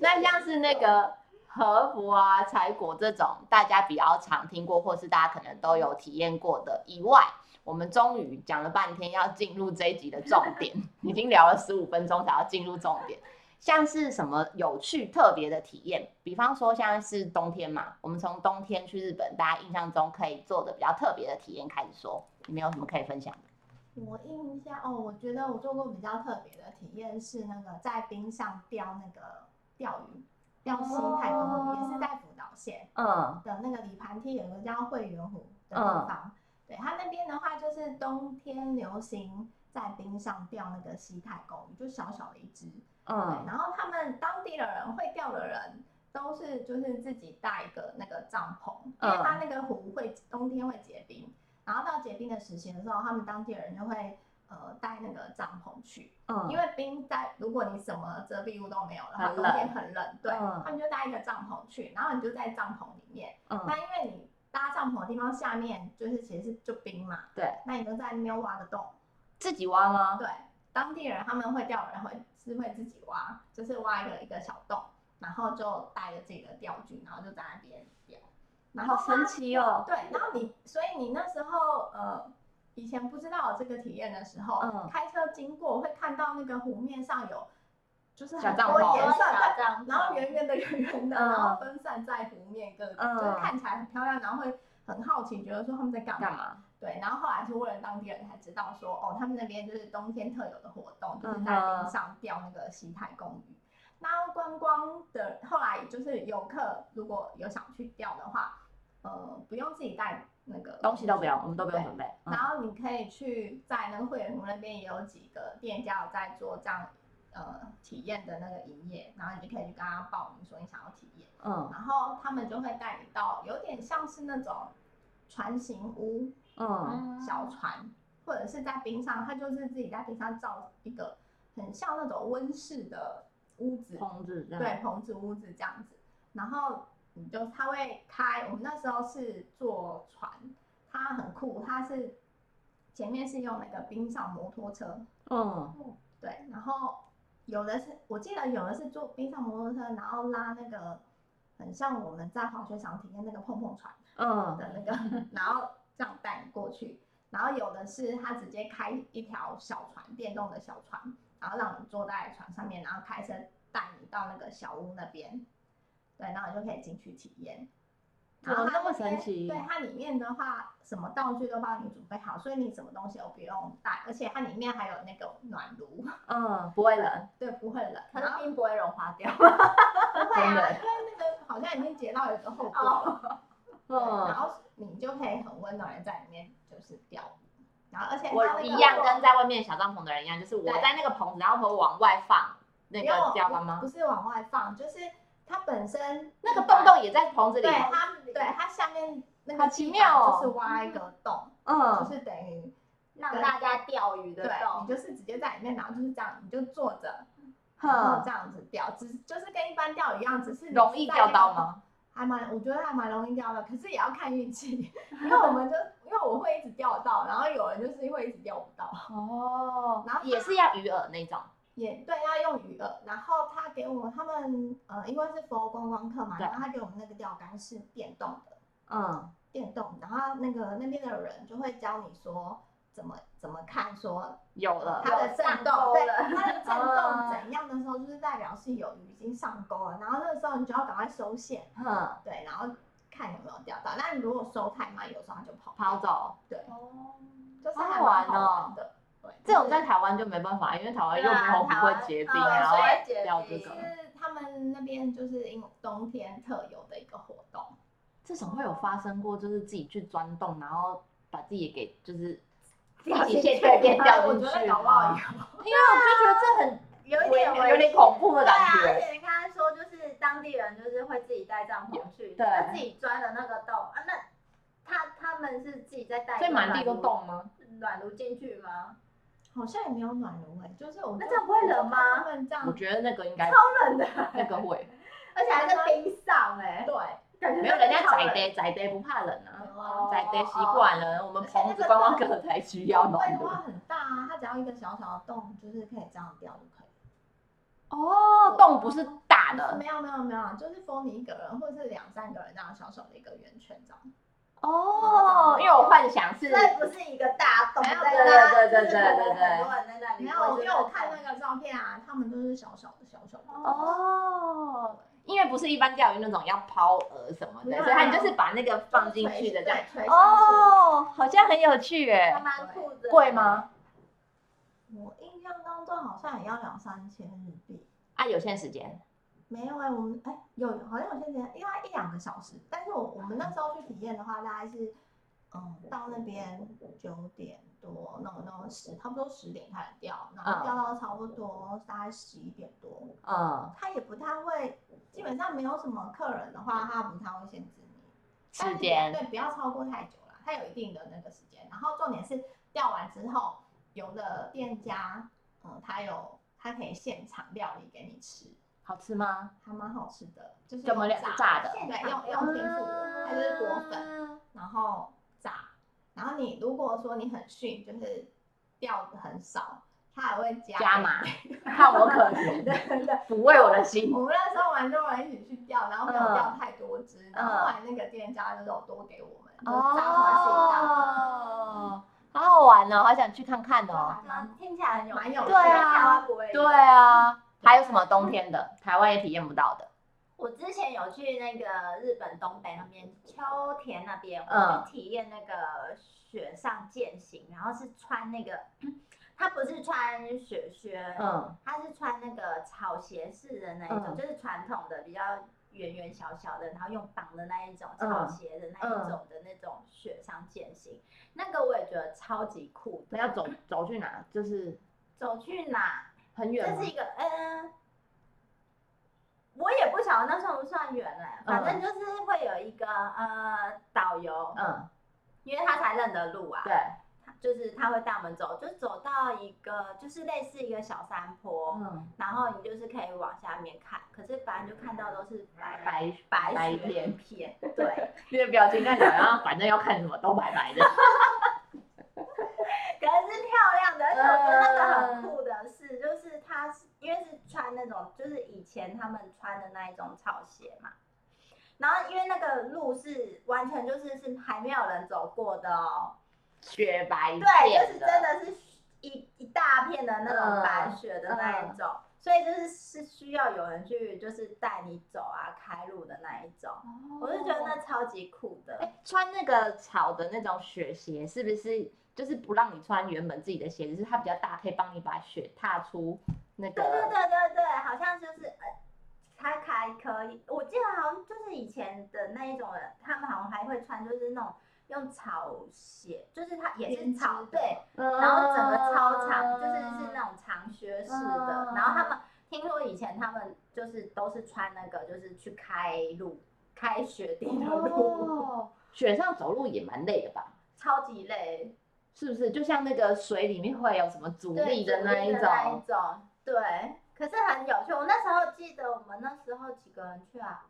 [SPEAKER 1] 那像是那个和服啊、采果这种大家比较常听过，或是大家可能都有体验过的以外，我们终于讲了半天，要进入这一集的重 点，已经聊了十五分钟才要进入重点。像是什么有趣特别的体验，比方说像是冬天嘛，我们从冬天去日本，大家印象中可以做的比较特别的体验开始说，你们有什么可以分享的？
[SPEAKER 3] 我印象哦，我觉得我做过比较特别的体验是那个在冰上钓那个钓鱼，钓西太
[SPEAKER 1] 哦
[SPEAKER 3] 公鱼，也是在福岛县
[SPEAKER 1] 嗯
[SPEAKER 3] 的那个里盘梯有个叫惠元湖的地方。对，它那边的话就是冬天流行在冰上钓那个西太公鱼，就小小的一只。对，
[SPEAKER 1] 嗯，
[SPEAKER 3] 然后他们当地的人会钓的人都是就是自己带一个那个帐篷，
[SPEAKER 1] 嗯
[SPEAKER 3] 因为它那个湖会冬天会结冰，然后到结冰的时期的时候，他们当地人就会呃带那个帐篷去，
[SPEAKER 1] 嗯
[SPEAKER 3] 因为冰在如果你什么遮蔽物都没有的话，
[SPEAKER 1] 很
[SPEAKER 3] 冬
[SPEAKER 1] 冷
[SPEAKER 3] 天很冷，对，
[SPEAKER 1] 嗯
[SPEAKER 3] 他们就带一个帐篷去，然后你就在帐篷里面，
[SPEAKER 1] 嗯，
[SPEAKER 3] 那因为你搭帐篷的地方下面就是其实是就冰嘛，
[SPEAKER 1] 对，
[SPEAKER 3] 那你就在那边挖个洞。
[SPEAKER 1] 自己挖吗？
[SPEAKER 3] 对，当地人他们会钓人会是会自己挖，就是挖一个一个小洞，然后就带着自己的钓具，然后就在那边钓。然后
[SPEAKER 1] 好神
[SPEAKER 3] 它
[SPEAKER 1] 奇哦！
[SPEAKER 3] 对，然后你所以你那时候呃，以前不知道有这个体验的时候，
[SPEAKER 1] 嗯
[SPEAKER 3] 开车经过会看到那个湖面上有，就是
[SPEAKER 1] 小
[SPEAKER 3] 很
[SPEAKER 1] 帐
[SPEAKER 3] 多
[SPEAKER 1] 篷
[SPEAKER 3] 颜色
[SPEAKER 2] 小
[SPEAKER 3] 的，
[SPEAKER 2] 帐
[SPEAKER 3] 然
[SPEAKER 2] 篷，
[SPEAKER 3] 后圆圆的、圆圆的，
[SPEAKER 1] 嗯
[SPEAKER 3] 然后分散在湖面各，
[SPEAKER 1] 嗯
[SPEAKER 3] 就是看起来很漂亮，然后会很好奇，觉得说他们在干嘛？
[SPEAKER 1] 干嘛？
[SPEAKER 3] 对，然后后来是问了当地人才知道说，哦，他们那边就是冬天特有的活动，就是在
[SPEAKER 1] 嗯哼
[SPEAKER 3] 冰上钓那个西台公鱼。那观光的后来就是游客如果有想去钓的话，呃，不用自己带那个
[SPEAKER 1] 东西都不用，我们都不用
[SPEAKER 3] 对
[SPEAKER 1] 准备。嗯
[SPEAKER 3] 然后你可以去在那个会员湖那边也有几个店家有在做这样呃体验的那个营业，然后你就可以去跟他报名说你想要体验，
[SPEAKER 1] 嗯
[SPEAKER 3] 然后他们就会带你到有点像是那种船型屋
[SPEAKER 1] 嗯
[SPEAKER 2] 嗯
[SPEAKER 3] 小船，或者是在冰上，他就是自己在冰上造一个很像那种温室的屋
[SPEAKER 4] 嗯
[SPEAKER 3] 子，
[SPEAKER 1] 通知这样。
[SPEAKER 3] 对，棚子屋子这样子。然后你就他会开，我们那时候是坐船，它很酷，它是前面是用那个冰上摩托车，
[SPEAKER 1] 嗯
[SPEAKER 3] 对，然后有的是我记得有的是坐冰上摩托车，然后拉那个很像我们在滑雪场体验那个碰碰船
[SPEAKER 1] 嗯
[SPEAKER 3] 的那个， 然后这样带你过去。然后有的是他直接开一条小船，电动的小船，然后让你坐在船上面，然后开车带你到那个小屋那边，对，然后你就可以进去体验。然后
[SPEAKER 1] 哇
[SPEAKER 3] 它
[SPEAKER 1] 那么
[SPEAKER 3] 那边
[SPEAKER 1] 神奇
[SPEAKER 3] 对，它里面的话，什么道具都帮你准备好，所以你什么东西都不用带，而且它里面还有那个暖炉，
[SPEAKER 1] 嗯，不会冷。
[SPEAKER 3] 对，不会 冷。
[SPEAKER 2] 可
[SPEAKER 3] 然
[SPEAKER 2] 是
[SPEAKER 3] 后
[SPEAKER 2] 冰不会融化掉。
[SPEAKER 3] 不会啊，
[SPEAKER 1] 真
[SPEAKER 3] 因
[SPEAKER 1] 的
[SPEAKER 3] 为那个好像已经结到有个后果了。
[SPEAKER 2] 哦，
[SPEAKER 3] 对
[SPEAKER 1] 嗯，
[SPEAKER 3] 然后你就可以很温暖的在里面就是钓鱼，然后而且它那
[SPEAKER 4] 我
[SPEAKER 3] 个
[SPEAKER 4] 一样跟在外面小帐篷的人一样，就是我
[SPEAKER 3] 对
[SPEAKER 4] 在那个棚子，然后我往外放那
[SPEAKER 3] 不用
[SPEAKER 4] 个钓竿吗
[SPEAKER 3] 不？是往外放，就是它本身
[SPEAKER 4] 那个洞洞也在棚子里
[SPEAKER 3] 对
[SPEAKER 4] 吗，
[SPEAKER 3] 它对它下面那
[SPEAKER 4] 好
[SPEAKER 3] 个
[SPEAKER 4] 奇
[SPEAKER 3] 地
[SPEAKER 4] 妙
[SPEAKER 3] 板
[SPEAKER 4] 哦
[SPEAKER 3] 就是挖一个洞，就
[SPEAKER 1] 嗯
[SPEAKER 3] 是等于
[SPEAKER 2] 让大家钓鱼
[SPEAKER 3] 对
[SPEAKER 2] 的
[SPEAKER 3] 你
[SPEAKER 2] 洞，
[SPEAKER 3] 就是直接在里面，然后就是这样，你就坐着，然后
[SPEAKER 1] 哼，
[SPEAKER 3] 这样子钓，只是就是跟一般钓鱼一样，嗯只是你
[SPEAKER 4] 容易
[SPEAKER 3] 在那
[SPEAKER 4] 钓
[SPEAKER 3] 个
[SPEAKER 4] 到？吗？
[SPEAKER 3] 还蛮，我觉得还蛮容易钓的，可是也要看运气，因为我们就因为我会一直钓到，然后有人就是会一直钓不到。
[SPEAKER 4] 哦
[SPEAKER 3] 然后它
[SPEAKER 4] 也是要鱼饵那种，
[SPEAKER 3] 也对，要用鱼饵。然后他给我他们呃，因为是佛观光客嘛，
[SPEAKER 4] 对
[SPEAKER 3] 然后他给我们那个钓竿是电动的，
[SPEAKER 1] 嗯
[SPEAKER 3] 电动。然后那个那边的人就会教你说怎么怎么看说
[SPEAKER 4] 有
[SPEAKER 3] 呃
[SPEAKER 4] 了，
[SPEAKER 3] 它的震
[SPEAKER 2] 上钩
[SPEAKER 3] 动，对
[SPEAKER 2] 了
[SPEAKER 3] 它的震
[SPEAKER 1] 哦
[SPEAKER 4] 啊
[SPEAKER 3] 动怎样的时候，就是代表是有鱼已经上钩了。然后那个时候你就要赶快收线，
[SPEAKER 1] 哼，
[SPEAKER 3] 对，然后看有没有钓到。那你如果收太慢，有时候它就跑
[SPEAKER 4] 跑
[SPEAKER 3] 掉，
[SPEAKER 4] 走。
[SPEAKER 3] 对，
[SPEAKER 2] 哦，
[SPEAKER 3] 就是
[SPEAKER 4] 好
[SPEAKER 3] 还
[SPEAKER 4] 好
[SPEAKER 3] 蛮
[SPEAKER 4] 玩哦
[SPEAKER 3] 好玩的。对，
[SPEAKER 4] 这种
[SPEAKER 3] 就是
[SPEAKER 4] 在台湾就没办法，因为台
[SPEAKER 1] 哦
[SPEAKER 4] 湾
[SPEAKER 2] 对
[SPEAKER 4] 又
[SPEAKER 2] 啊
[SPEAKER 4] 棚
[SPEAKER 2] 台
[SPEAKER 4] 不
[SPEAKER 2] 湾
[SPEAKER 4] 会结冰，
[SPEAKER 2] 嗯
[SPEAKER 4] 然后
[SPEAKER 2] 所以结
[SPEAKER 4] 钓这
[SPEAKER 2] 冰
[SPEAKER 4] 个
[SPEAKER 3] 是他们那边就是因冬天特有的一个活动，
[SPEAKER 4] 这种会有发生过，就是自己去钻洞，然后把自己给就是
[SPEAKER 2] 掉进去
[SPEAKER 4] 线对变掉
[SPEAKER 3] 我
[SPEAKER 4] 进
[SPEAKER 3] 觉
[SPEAKER 4] 去
[SPEAKER 3] 得搞不好
[SPEAKER 4] 吗
[SPEAKER 3] 有，
[SPEAKER 4] 因为我就觉得这很
[SPEAKER 2] 有一点危
[SPEAKER 4] 有点
[SPEAKER 2] 险
[SPEAKER 4] 恐怖的
[SPEAKER 2] 对
[SPEAKER 4] 感
[SPEAKER 2] 啊，
[SPEAKER 4] 觉。
[SPEAKER 2] 而且你刚才说，就是当地人就是会自己带帐篷去，
[SPEAKER 4] 对
[SPEAKER 2] 那自己钻的那个洞啊，那他他们是自己在带一个
[SPEAKER 4] 所以满地
[SPEAKER 2] 暖
[SPEAKER 4] 都
[SPEAKER 2] 炉
[SPEAKER 4] 洞吗？
[SPEAKER 2] 暖炉进去吗？
[SPEAKER 3] 好像也没有暖炉哎，就是我
[SPEAKER 2] 那
[SPEAKER 3] 就
[SPEAKER 2] 这样不会冷吗
[SPEAKER 3] 我就看他们这
[SPEAKER 4] 我
[SPEAKER 3] 样
[SPEAKER 4] 觉得那个应该
[SPEAKER 2] 超冷的，
[SPEAKER 4] 那个会，
[SPEAKER 2] 而且还在冰上哎、
[SPEAKER 3] 对，
[SPEAKER 2] 感觉
[SPEAKER 4] 没有人家
[SPEAKER 2] 超冷
[SPEAKER 4] 宅爹宅爹不怕冷啊，
[SPEAKER 2] 哦
[SPEAKER 4] 宅爹习惯了，我们棚子
[SPEAKER 3] 而且那个
[SPEAKER 4] 观光客才需要
[SPEAKER 3] 不会
[SPEAKER 4] 暖
[SPEAKER 3] 的
[SPEAKER 4] 炉。
[SPEAKER 3] 话很大啊，它只要一个小小的洞，就是可以这样钓就可以。
[SPEAKER 4] 哦，洞不是大
[SPEAKER 3] 就是
[SPEAKER 4] 的
[SPEAKER 3] 没有没有没有，就是封你一个人或者是两三个人那样小小的一个圆圈这样。
[SPEAKER 4] 哦，因为我幻想是
[SPEAKER 2] 所以不是一个大洞
[SPEAKER 3] 没
[SPEAKER 2] 在
[SPEAKER 3] 有
[SPEAKER 2] 那，
[SPEAKER 4] 对对对
[SPEAKER 2] 就是
[SPEAKER 4] 对对对
[SPEAKER 2] 很多人在那里，
[SPEAKER 3] 没有，因为我
[SPEAKER 2] 觉得
[SPEAKER 3] 看那个照片啊，他们都是小小的小小的。
[SPEAKER 4] 哦，因为不是一般钓鱼那种要抛饵什么
[SPEAKER 3] 没
[SPEAKER 4] 的，
[SPEAKER 3] 有
[SPEAKER 4] 所以他就是把那个放进去的这样。
[SPEAKER 3] 对，垂下去。
[SPEAKER 1] 哦，好像很有趣
[SPEAKER 2] 还
[SPEAKER 1] 哎，
[SPEAKER 2] 蛮酷的，
[SPEAKER 1] 贵？吗？
[SPEAKER 3] 我印象当中好像也要两三千日币。
[SPEAKER 4] 啊，有限时间，
[SPEAKER 3] 没有哎、我们哎、有好像有些人，因为它一两个小时，但是我我们那时候去体验的话，大概是嗯到那边九点多，那弄弄十，差不多十点开始钓，然后钓到差不多大概十一点多，
[SPEAKER 4] 嗯，
[SPEAKER 3] 他也不太会，基本上没有什么客人的话，他不太会限制你但
[SPEAKER 4] 时
[SPEAKER 3] 是
[SPEAKER 4] 间，
[SPEAKER 3] 对，不要超过太久了，它有一定的那个时间。然后重点是钓完之后，有的店家嗯他有他可以现场料理给你吃。
[SPEAKER 4] 好吃吗？
[SPEAKER 3] 还蛮好吃的，就是
[SPEAKER 4] 怎么
[SPEAKER 3] 用
[SPEAKER 4] 两炸的
[SPEAKER 3] 对，用用天妇
[SPEAKER 1] 啊
[SPEAKER 3] 罗，它就是裹粉，
[SPEAKER 4] 粉，
[SPEAKER 3] 然后炸。然后你如果说你很逊，就是掉的很少，它还会加
[SPEAKER 4] 加码，看我可 怜，
[SPEAKER 3] 对对对。
[SPEAKER 4] 抚慰我的心。
[SPEAKER 3] 我们那时候玩就玩一起去钓，然后没有
[SPEAKER 1] 嗯
[SPEAKER 3] 钓太多只，然
[SPEAKER 1] 嗯哦
[SPEAKER 3] 后后来那个店家就是有多给我们，就炸出来是一大。
[SPEAKER 4] 哦，
[SPEAKER 1] 好好玩哦，好想去看看
[SPEAKER 3] 就
[SPEAKER 4] 啊
[SPEAKER 1] 哦。
[SPEAKER 3] 还蛮
[SPEAKER 2] 那听起来很有
[SPEAKER 3] 蛮有趣
[SPEAKER 1] 的
[SPEAKER 2] 对啊，台湾不会有
[SPEAKER 1] 对啊，还有什么冬天的，台湾也体验不到的？
[SPEAKER 2] 我之前有去那个日本东北那边秋田那边，
[SPEAKER 1] 嗯
[SPEAKER 2] 我去体验那个雪上健行，然后是穿那个， 他不是穿雪靴，
[SPEAKER 1] 嗯，
[SPEAKER 2] 他是穿那个草鞋式的那一种，
[SPEAKER 1] 嗯
[SPEAKER 2] 就是传统的比较圆圆小小的，然后用绑的那一种
[SPEAKER 1] 嗯
[SPEAKER 2] 草鞋的那一种的那种雪上健行，那个我也觉得超级酷
[SPEAKER 1] 那
[SPEAKER 2] 的。
[SPEAKER 1] 要走走去哪？就是
[SPEAKER 2] 走去哪？
[SPEAKER 1] 很远
[SPEAKER 2] 这
[SPEAKER 1] 吗
[SPEAKER 2] 是一个嗯。我也不晓得那算不算远嘞、反正就是会有一个呃导游，
[SPEAKER 1] 嗯，
[SPEAKER 2] 因为他才认得路啊，
[SPEAKER 1] 对，
[SPEAKER 2] 他就是他会带我们走，就走到一个就是类似一个小山坡，
[SPEAKER 1] 嗯，
[SPEAKER 2] 然后你就是可以往下面看，可是反正就看到都是白
[SPEAKER 1] 白
[SPEAKER 2] 白
[SPEAKER 1] 白
[SPEAKER 2] 雪
[SPEAKER 1] 天
[SPEAKER 2] 片，对，
[SPEAKER 1] 你的表情看起来，然后反正要看什么都白 白的。
[SPEAKER 2] 可是是漂亮的，而且我觉得那个很酷的是，就是他是因为是穿那种就是以前他们穿的那一种草鞋嘛，然后因为那个路是完全就是是还没有人走过的哦，
[SPEAKER 1] 雪白
[SPEAKER 2] 对，
[SPEAKER 1] 片
[SPEAKER 2] 就是真的是一一大片的那种白雪的那一种，所以就是是需要有人去就是带你走啊开路的那一种，我就觉得那超级酷的。
[SPEAKER 1] 哎穿那个草的那种雪鞋，是不是就是不让你穿原本自己的鞋子？是它比较大，可以帮你把雪踏出那个。
[SPEAKER 2] 对对对对对，好像就是呃，他还可以，我记得好像就是以前的那一种人，他们好像还会穿就是那种用草鞋，就是它也是
[SPEAKER 3] 编织
[SPEAKER 2] 草
[SPEAKER 3] 的
[SPEAKER 2] 对，
[SPEAKER 1] 嗯
[SPEAKER 2] 然后整个操
[SPEAKER 1] 哦
[SPEAKER 2] 场就是是那种长靴式的，
[SPEAKER 1] 嗯
[SPEAKER 2] 然后他们听说以前他们就是都是穿那个就是去开路。开雪地的路、
[SPEAKER 1] 哦，雪上走路也蛮累的吧？
[SPEAKER 2] 超级累，
[SPEAKER 1] 是不是？就像那个水里面会有什么阻
[SPEAKER 2] 对
[SPEAKER 1] 力的
[SPEAKER 2] 阻
[SPEAKER 1] 那一
[SPEAKER 2] 那一
[SPEAKER 1] 种，
[SPEAKER 2] 种，对。可是很有趣，我那时候记得我们那时候几个人去啊，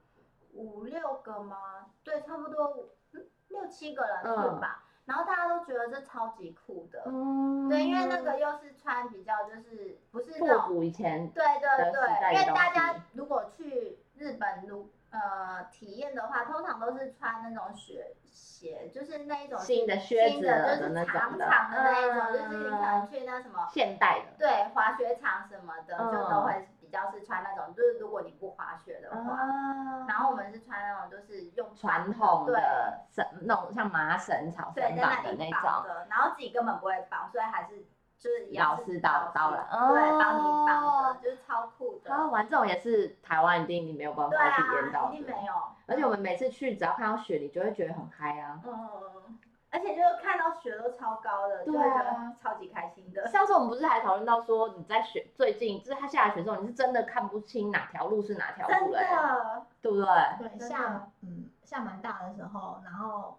[SPEAKER 2] 五六个吗？对，差不多五嗯六七个人去吧。然后大家都觉得这超级酷的，
[SPEAKER 1] 嗯，
[SPEAKER 2] 对，因为那个又是穿比较就是不是那
[SPEAKER 1] 复
[SPEAKER 2] 种，
[SPEAKER 1] 古以前，
[SPEAKER 2] 对对
[SPEAKER 1] 的时代
[SPEAKER 2] 对，因
[SPEAKER 1] 的
[SPEAKER 2] 为大
[SPEAKER 1] 东西
[SPEAKER 2] 家如果去日本如呃体验的话，通常都是穿那种雪鞋，就是那一种
[SPEAKER 1] 新的靴
[SPEAKER 2] 新
[SPEAKER 1] 子
[SPEAKER 2] 的
[SPEAKER 1] 了
[SPEAKER 2] 就
[SPEAKER 1] 的
[SPEAKER 2] 是
[SPEAKER 1] 那
[SPEAKER 2] 长长
[SPEAKER 1] 种
[SPEAKER 2] 的
[SPEAKER 1] 的
[SPEAKER 2] 那一种，就是你可能
[SPEAKER 1] 嗯
[SPEAKER 2] 去那什么。
[SPEAKER 1] 现代的，
[SPEAKER 2] 对，滑雪场什么的、就都
[SPEAKER 1] 嗯
[SPEAKER 2] 会比较是穿那种，就是如果你不滑雪的话，
[SPEAKER 1] 啊
[SPEAKER 2] 然后我们是穿那种就是用
[SPEAKER 1] 传统
[SPEAKER 2] 对
[SPEAKER 1] 的绳，那种像麻绳、草
[SPEAKER 2] 对
[SPEAKER 1] 绳
[SPEAKER 2] 在那
[SPEAKER 1] 绑的
[SPEAKER 2] 里
[SPEAKER 1] 那
[SPEAKER 2] 绑
[SPEAKER 1] 种，
[SPEAKER 2] 的，然后自己根本不会绑，所以还是就是一样
[SPEAKER 1] 老
[SPEAKER 2] 是
[SPEAKER 1] 师导导了
[SPEAKER 2] 对，帮你绑
[SPEAKER 1] 哦
[SPEAKER 2] 的，就是超酷的，
[SPEAKER 1] 然后玩这种也是台湾一定你没有办
[SPEAKER 2] 对
[SPEAKER 1] 法体验
[SPEAKER 2] 啊，
[SPEAKER 1] 到
[SPEAKER 2] 一定
[SPEAKER 1] 的，
[SPEAKER 2] 没有，
[SPEAKER 1] 而且我们每次去只要看到雪，你就会觉得很嗨啊。
[SPEAKER 2] 嗯，而且就是看到雪都超高的，就会
[SPEAKER 1] 对
[SPEAKER 2] 觉
[SPEAKER 1] 啊
[SPEAKER 2] 得超级开心的，
[SPEAKER 1] 上次我们不是还讨论到说，你在雪最近就是它下了雪之后，你是真的看不清哪条路是哪条
[SPEAKER 2] 真
[SPEAKER 1] 路了、欸，
[SPEAKER 2] 的，
[SPEAKER 1] 对不对？
[SPEAKER 3] 对，
[SPEAKER 2] 真
[SPEAKER 3] 下
[SPEAKER 2] 的
[SPEAKER 3] 嗯下蛮大的时候，然后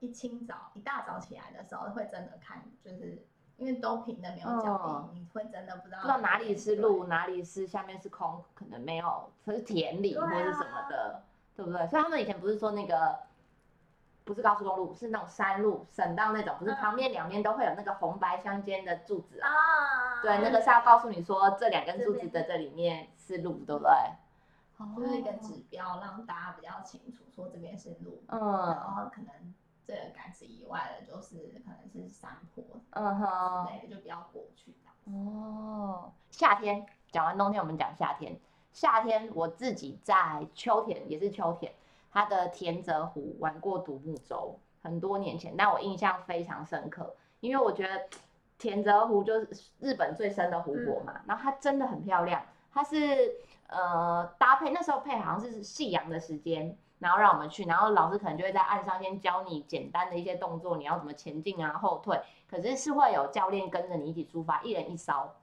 [SPEAKER 3] 一清早一大早起来的时候，会真的看，就是因为都平的没有脚
[SPEAKER 1] 嗯
[SPEAKER 3] 印，你会真的不知道
[SPEAKER 1] 不知道哪里是
[SPEAKER 3] 对
[SPEAKER 2] 哦
[SPEAKER 1] 路，哪里是下面是空，可能没有，可是田里
[SPEAKER 2] 对啊
[SPEAKER 1] 或是什么的，对不对？所以他们以前不是说那个不是高速公路，是那种山路、省道那种，不是
[SPEAKER 2] 嗯
[SPEAKER 1] 旁边两边都会有那个红白相间的柱子啊？
[SPEAKER 2] 啊，
[SPEAKER 1] 对，那个是要告诉你说这两根
[SPEAKER 2] 这
[SPEAKER 1] 柱子
[SPEAKER 2] 边
[SPEAKER 1] 的这里面是路，对不对？哦
[SPEAKER 3] 就是一个指标，让大家比较清楚说这边是路，然
[SPEAKER 1] 嗯
[SPEAKER 3] 后可能这个杆子以外的，就是可能是山坡
[SPEAKER 1] 嗯哼。
[SPEAKER 3] 之类的，就不要过去这样子。
[SPEAKER 1] 哦，夏天讲完冬天，我们讲夏天。夏天我自己在秋田，也是秋田，它的田泽湖玩过独木舟，很多年前，但我印象非常深刻，因为我觉得田泽湖就是日本最深的湖泊嘛，然后它真的很漂亮，它是呃搭配那时候配好像是夕阳的时间。然后让我们去，然后老师可能就会在岸上先教你简单的一些动作，你要怎么前进啊、后退，可是是会有教练跟着你一起出发，一人一艘，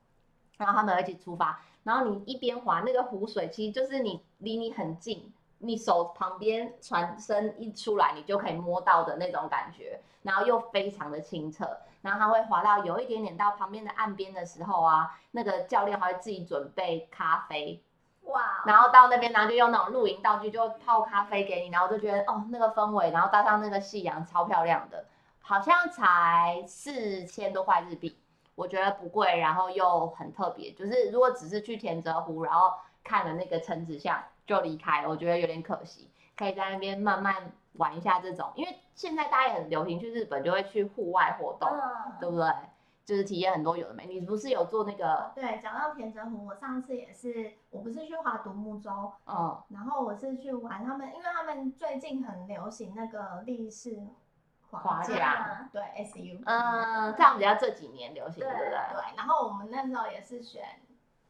[SPEAKER 1] 然后他们会一起出发，然后你一边划那个湖水，其实就是你离你很近，你手旁边船身一出来，你就可以摸到的那种感觉，然后又非常的清澈，然后它会滑到有一点点到旁边的岸边的时候啊，那个教练还会自己准备咖啡，
[SPEAKER 2] 哇，哦
[SPEAKER 1] 然后到那边，然后就用那种露营道具，就泡咖啡给你，然后就觉得哦，那个氛围，然后搭上那个夕阳，超漂亮的，好像才四千多块日币，我觉得不贵，然后又很特别。就是如果只是去田泽湖，然后看了那个橙子像就离开，我觉得有点可惜。可以在那边慢慢玩一下这种，因为现在大家也很流行去日本，就会去户外活动，
[SPEAKER 2] 嗯，
[SPEAKER 1] 对不对？就是体验很多有的没。你不是有做那个，
[SPEAKER 3] 对，讲到田泽湖，我上次也是，我不是去划独木舟，
[SPEAKER 1] 嗯
[SPEAKER 3] 然后我是去玩他们，因为他们最近很流行那个立式
[SPEAKER 1] 划
[SPEAKER 3] 桨
[SPEAKER 1] 桨，
[SPEAKER 3] 对 SU，
[SPEAKER 1] 嗯，这样比较这几年流行，对
[SPEAKER 2] 对
[SPEAKER 1] 不对？
[SPEAKER 3] 对，然后我们那时候也是选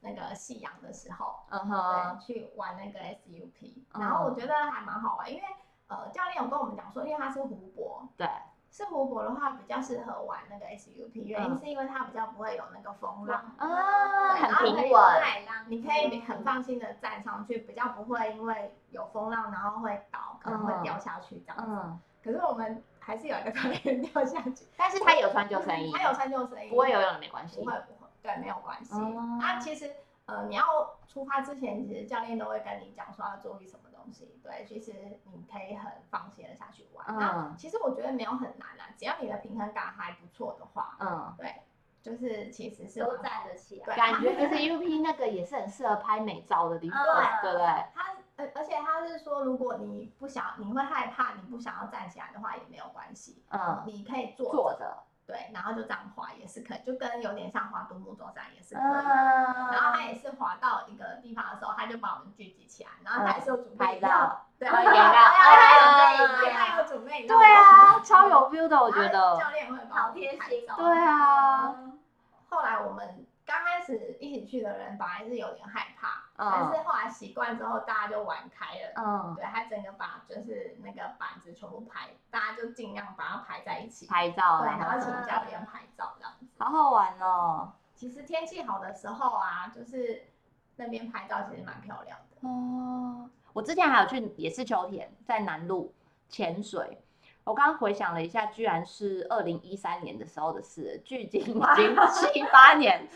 [SPEAKER 3] 那个夕阳的时候，
[SPEAKER 1] 嗯
[SPEAKER 3] 对，
[SPEAKER 1] 哼，
[SPEAKER 3] 去玩那个 SUP，
[SPEAKER 1] 嗯
[SPEAKER 3] 然后我觉得还蛮好玩，因为呃教练有跟我们讲说，因为它是湖泊，
[SPEAKER 1] 对，
[SPEAKER 3] 是湖泊的话比较适合玩那个 SUP，原因
[SPEAKER 1] 嗯
[SPEAKER 3] 是因为它比较不会有那个风浪，
[SPEAKER 2] 嗯
[SPEAKER 1] 啊，
[SPEAKER 3] 对然
[SPEAKER 1] 很
[SPEAKER 3] 后可以
[SPEAKER 1] 平稳，
[SPEAKER 3] 海浪，你可以很放心的站上去，比较不会因为有风浪然后会倒，可能会掉下去这样子。
[SPEAKER 1] 嗯，
[SPEAKER 3] 可是我们还是有一个教练掉下去，
[SPEAKER 1] 但 是他有穿救生衣，
[SPEAKER 3] 他有穿救生衣，
[SPEAKER 1] 不会游泳的没关系
[SPEAKER 3] 不，会不会，对，没有关系。
[SPEAKER 1] 哦
[SPEAKER 3] 啊，其实呃，你要出发之前，其实教练都会跟你讲说要注意什么东西。对，其实你可以很放心的下去玩。那
[SPEAKER 1] 嗯
[SPEAKER 3] 其实我觉得没有很难啦，只要你的平衡感还不错的话，
[SPEAKER 1] 嗯，
[SPEAKER 3] 对，就是其实是
[SPEAKER 2] 都
[SPEAKER 3] 蛮
[SPEAKER 2] 站得起来。
[SPEAKER 3] 对
[SPEAKER 1] 感觉 SUP 那个也是很适合拍美照的地方，
[SPEAKER 2] 嗯
[SPEAKER 1] 对不对？
[SPEAKER 3] 他呃，而且他是说，如果你不想，你会害怕，你不想要站起来的话也没有关系，
[SPEAKER 1] 嗯，
[SPEAKER 3] 你可以坐
[SPEAKER 1] 坐着，
[SPEAKER 3] 对，然后就这样滑也是可以，就跟有点像滑独木舟这样也
[SPEAKER 2] 嗯
[SPEAKER 3] 是可以的。然后
[SPEAKER 1] 嗯，
[SPEAKER 3] 他也是滑到一个地方的时候，他就把我们聚集起来，然后他也是有准备
[SPEAKER 1] 嗯拍
[SPEAKER 3] 饮料，
[SPEAKER 1] 照，
[SPEAKER 3] 对，
[SPEAKER 2] 哦
[SPEAKER 1] 拍
[SPEAKER 3] 他
[SPEAKER 1] 饮料啊
[SPEAKER 3] 有准备饮料，他有准备饮料，
[SPEAKER 1] 对啊，超有 feel 的，我
[SPEAKER 3] 然
[SPEAKER 1] 觉
[SPEAKER 3] 后
[SPEAKER 1] 得，
[SPEAKER 3] 教练会帮我们
[SPEAKER 2] 好
[SPEAKER 3] 拍照
[SPEAKER 2] 贴心哦
[SPEAKER 1] 对啊，
[SPEAKER 2] 嗯
[SPEAKER 3] 后来我们刚开始一起去的人本来是有点害怕，但
[SPEAKER 1] 嗯
[SPEAKER 3] 是后来习惯之后，大家就玩开了。
[SPEAKER 1] 嗯，
[SPEAKER 3] 对他整个把就是那个板子全部排，大家就尽量把它排在一起，
[SPEAKER 1] 拍照，嗯
[SPEAKER 3] 对，然后
[SPEAKER 1] 然
[SPEAKER 3] 请
[SPEAKER 1] 后
[SPEAKER 3] 教练拍照这样子。
[SPEAKER 1] 好好玩哦，
[SPEAKER 3] 其实天气好的时候啊，就是那边拍照其实蛮漂亮的。
[SPEAKER 1] 哦，我之前还有去也是秋田，在南路潜水。我刚刚回想了一下，居然是二零一三年的时候的事，距今已经 七八年。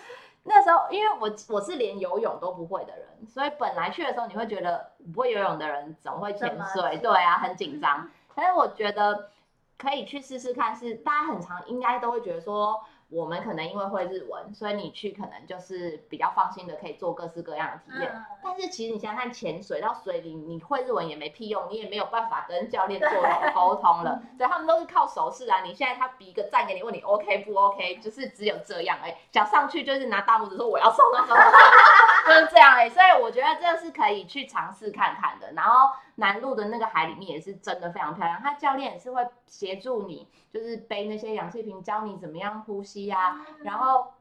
[SPEAKER 1] 那时候，因为我我是连游泳都不会的人，所以本来去的时候你会觉得不会游泳的人怎么会潜
[SPEAKER 2] 怎么
[SPEAKER 1] 水？
[SPEAKER 2] 行
[SPEAKER 1] 对啊，很紧张。但是我觉得可以去试试看是，大家很常应该都会觉得说，我们可能因为会日文，所以你去可能就是比较放心的可以做各式各样的体验。
[SPEAKER 2] 嗯
[SPEAKER 1] 但是其实你想想看，潜水到水里，你会日文也没屁用，你也没有办法跟教练做什么沟通了。所以他们都是靠手势啊。你现在他比一个赞给你，问你 OK 不 OK，就是只有这样哎、已。想上去就是拿大拇指说我要上，我要上，我要上 就是这样哎、所以我觉得这是可以去尝试看看的。然后南路的那个海里面也是真的非常漂亮，他教练也是会协助你，就是背那些氧气瓶，教你怎么样呼吸啊，然后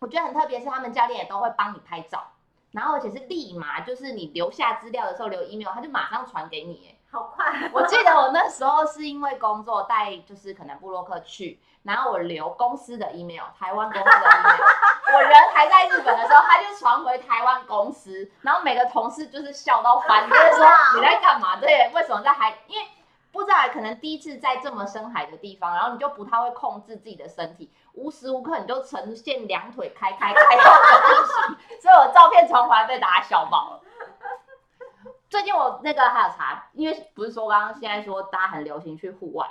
[SPEAKER 1] 我觉得很特别，是他们教练也都会帮你拍照，然后而且是立马，就是你留下资料的时候留 email，他就马上传给你。哎
[SPEAKER 2] 好快，啊
[SPEAKER 1] 我记得我那时候是因为工作带，就是可能布洛克去，然后我留公司的 email，台湾公司的 email。我人还在日本的时候，他就传回台湾公司，然后每个同事就是笑到翻，就是说啊你在干嘛？对，为什么在海？因为不知道，可能第一次在这么深海的地方，然后你就不太会控制自己的身体，无时无刻你就呈现两腿开开开到不行， 所以我照片传回来被大家笑爆了。 最近我那个还有查，因为不是说刚刚现在说大家很流行去户外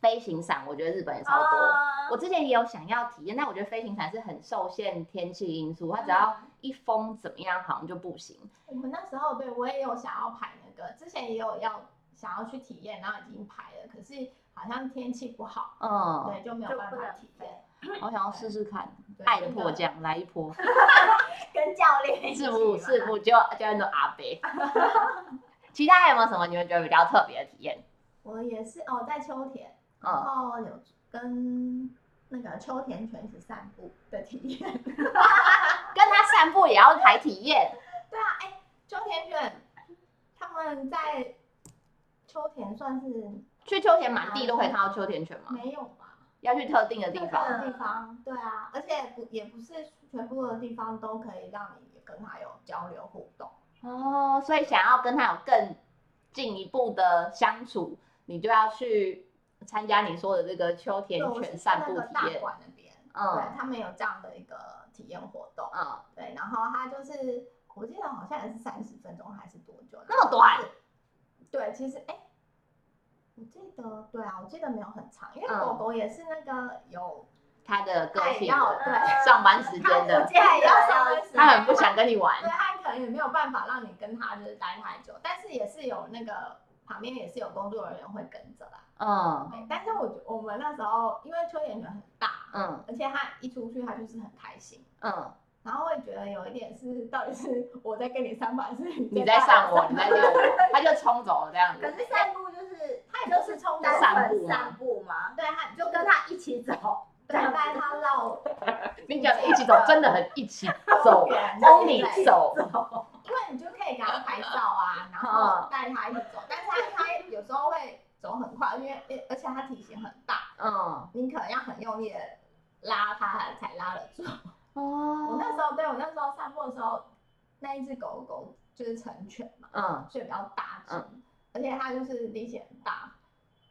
[SPEAKER 1] 飞行伞，我觉得日本也超多。
[SPEAKER 2] 哦
[SPEAKER 1] 我之前也有想要体验，但我觉得飞行伞是很受限天气因素，
[SPEAKER 2] 嗯
[SPEAKER 1] 它只要一风怎么样，好像就不行。
[SPEAKER 3] 我们那时候对我也有想要排那个，之前也有要想要去体验，然后已经排了，可是好像天气不好，
[SPEAKER 1] 嗯，
[SPEAKER 3] 对，就没有
[SPEAKER 2] 就
[SPEAKER 3] 办
[SPEAKER 2] 不
[SPEAKER 3] 法
[SPEAKER 2] 能
[SPEAKER 3] 体验。
[SPEAKER 1] 我想要试试看，
[SPEAKER 3] 对
[SPEAKER 1] 爱的迫，降来一波，
[SPEAKER 2] 跟教练一起
[SPEAKER 1] 是不
[SPEAKER 2] 嘛
[SPEAKER 1] 是不就就很多阿北。 其他还有没有什么你们觉得比较特别的体验？
[SPEAKER 3] 我也是哦，在秋田，然
[SPEAKER 1] 嗯，
[SPEAKER 3] 后有跟那个秋田犬一起散步的体验。
[SPEAKER 1] 跟他散步也要排体验，
[SPEAKER 3] 对啊，哎，秋田犬他们在秋田算是
[SPEAKER 1] 去秋田满
[SPEAKER 3] 嗯
[SPEAKER 1] 地都可以看到秋田犬吗？
[SPEAKER 3] 没有吧？
[SPEAKER 1] 要去特定的地
[SPEAKER 3] 特
[SPEAKER 1] 方
[SPEAKER 3] 定的地方，对啊，而且不也不是全部的地方都可以让你跟它有交流互动。
[SPEAKER 1] 哦，所以想要跟他有更进一步的相处，你就要去参加你说的这个秋田
[SPEAKER 3] 对，我是
[SPEAKER 1] 犬
[SPEAKER 3] 去
[SPEAKER 1] 散
[SPEAKER 3] 那
[SPEAKER 1] 步
[SPEAKER 3] 个
[SPEAKER 1] 体
[SPEAKER 3] 大
[SPEAKER 1] 验。
[SPEAKER 3] 馆那边，
[SPEAKER 1] 嗯
[SPEAKER 3] 对他们有这样的一个体验活动，
[SPEAKER 1] 嗯，
[SPEAKER 3] 对，然后它就是我记得好像也是三十分钟还是多久，
[SPEAKER 1] 那么短
[SPEAKER 3] 然后就是？对，其实哎、我记得对啊，我记得没有很长，因为
[SPEAKER 1] 嗯
[SPEAKER 3] 狗狗也是那个有
[SPEAKER 1] 他的个
[SPEAKER 3] 他也
[SPEAKER 1] 性
[SPEAKER 3] 要
[SPEAKER 1] 了，
[SPEAKER 3] 对，
[SPEAKER 1] 上班时
[SPEAKER 3] 他
[SPEAKER 1] 间
[SPEAKER 3] 不
[SPEAKER 1] 的，
[SPEAKER 3] 见得要上班时间
[SPEAKER 1] 他很不想跟你玩
[SPEAKER 3] 对，他可能也没有办法让你跟他就是待太久，但是也是有那个旁边也是有工作人员会跟着啦。
[SPEAKER 1] 嗯
[SPEAKER 3] 对，但是我觉我们那时候因为邱演员很大，
[SPEAKER 1] 嗯
[SPEAKER 3] 而且他一出去他就是很开心，
[SPEAKER 1] 嗯，
[SPEAKER 3] 然后会觉得有一点是到底是我在跟你上班，还是
[SPEAKER 1] 你
[SPEAKER 3] 在
[SPEAKER 1] 在
[SPEAKER 3] 上
[SPEAKER 1] 上我，你在遛我，他就冲走了这样
[SPEAKER 2] 可
[SPEAKER 1] 子，
[SPEAKER 2] 是散步就是
[SPEAKER 3] 他也就是冲
[SPEAKER 2] 单
[SPEAKER 3] 着
[SPEAKER 1] 散步
[SPEAKER 2] 纯
[SPEAKER 1] 吗
[SPEAKER 2] 散步吗？
[SPEAKER 3] 对，他
[SPEAKER 2] 就跟他一起走，
[SPEAKER 3] 对带他绕
[SPEAKER 1] 你讲一起走，真的很一起走
[SPEAKER 3] 公，园
[SPEAKER 1] 欧
[SPEAKER 3] 之
[SPEAKER 1] 你
[SPEAKER 3] 类的
[SPEAKER 1] 走，
[SPEAKER 3] 因为你就可以给他拍照啊，然
[SPEAKER 1] 嗯
[SPEAKER 3] 后带他一起走，但是他他有时候会走很快，因为而且他体型很大，
[SPEAKER 1] 嗯
[SPEAKER 3] 你可能要很用力的拉他才拉得住。我
[SPEAKER 1] 哦，
[SPEAKER 3] 那时候对我那时候散步的时候，那一只狗狗就是成犬嘛，
[SPEAKER 1] 嗯
[SPEAKER 3] 所以比较大只，而且它就是力气很大，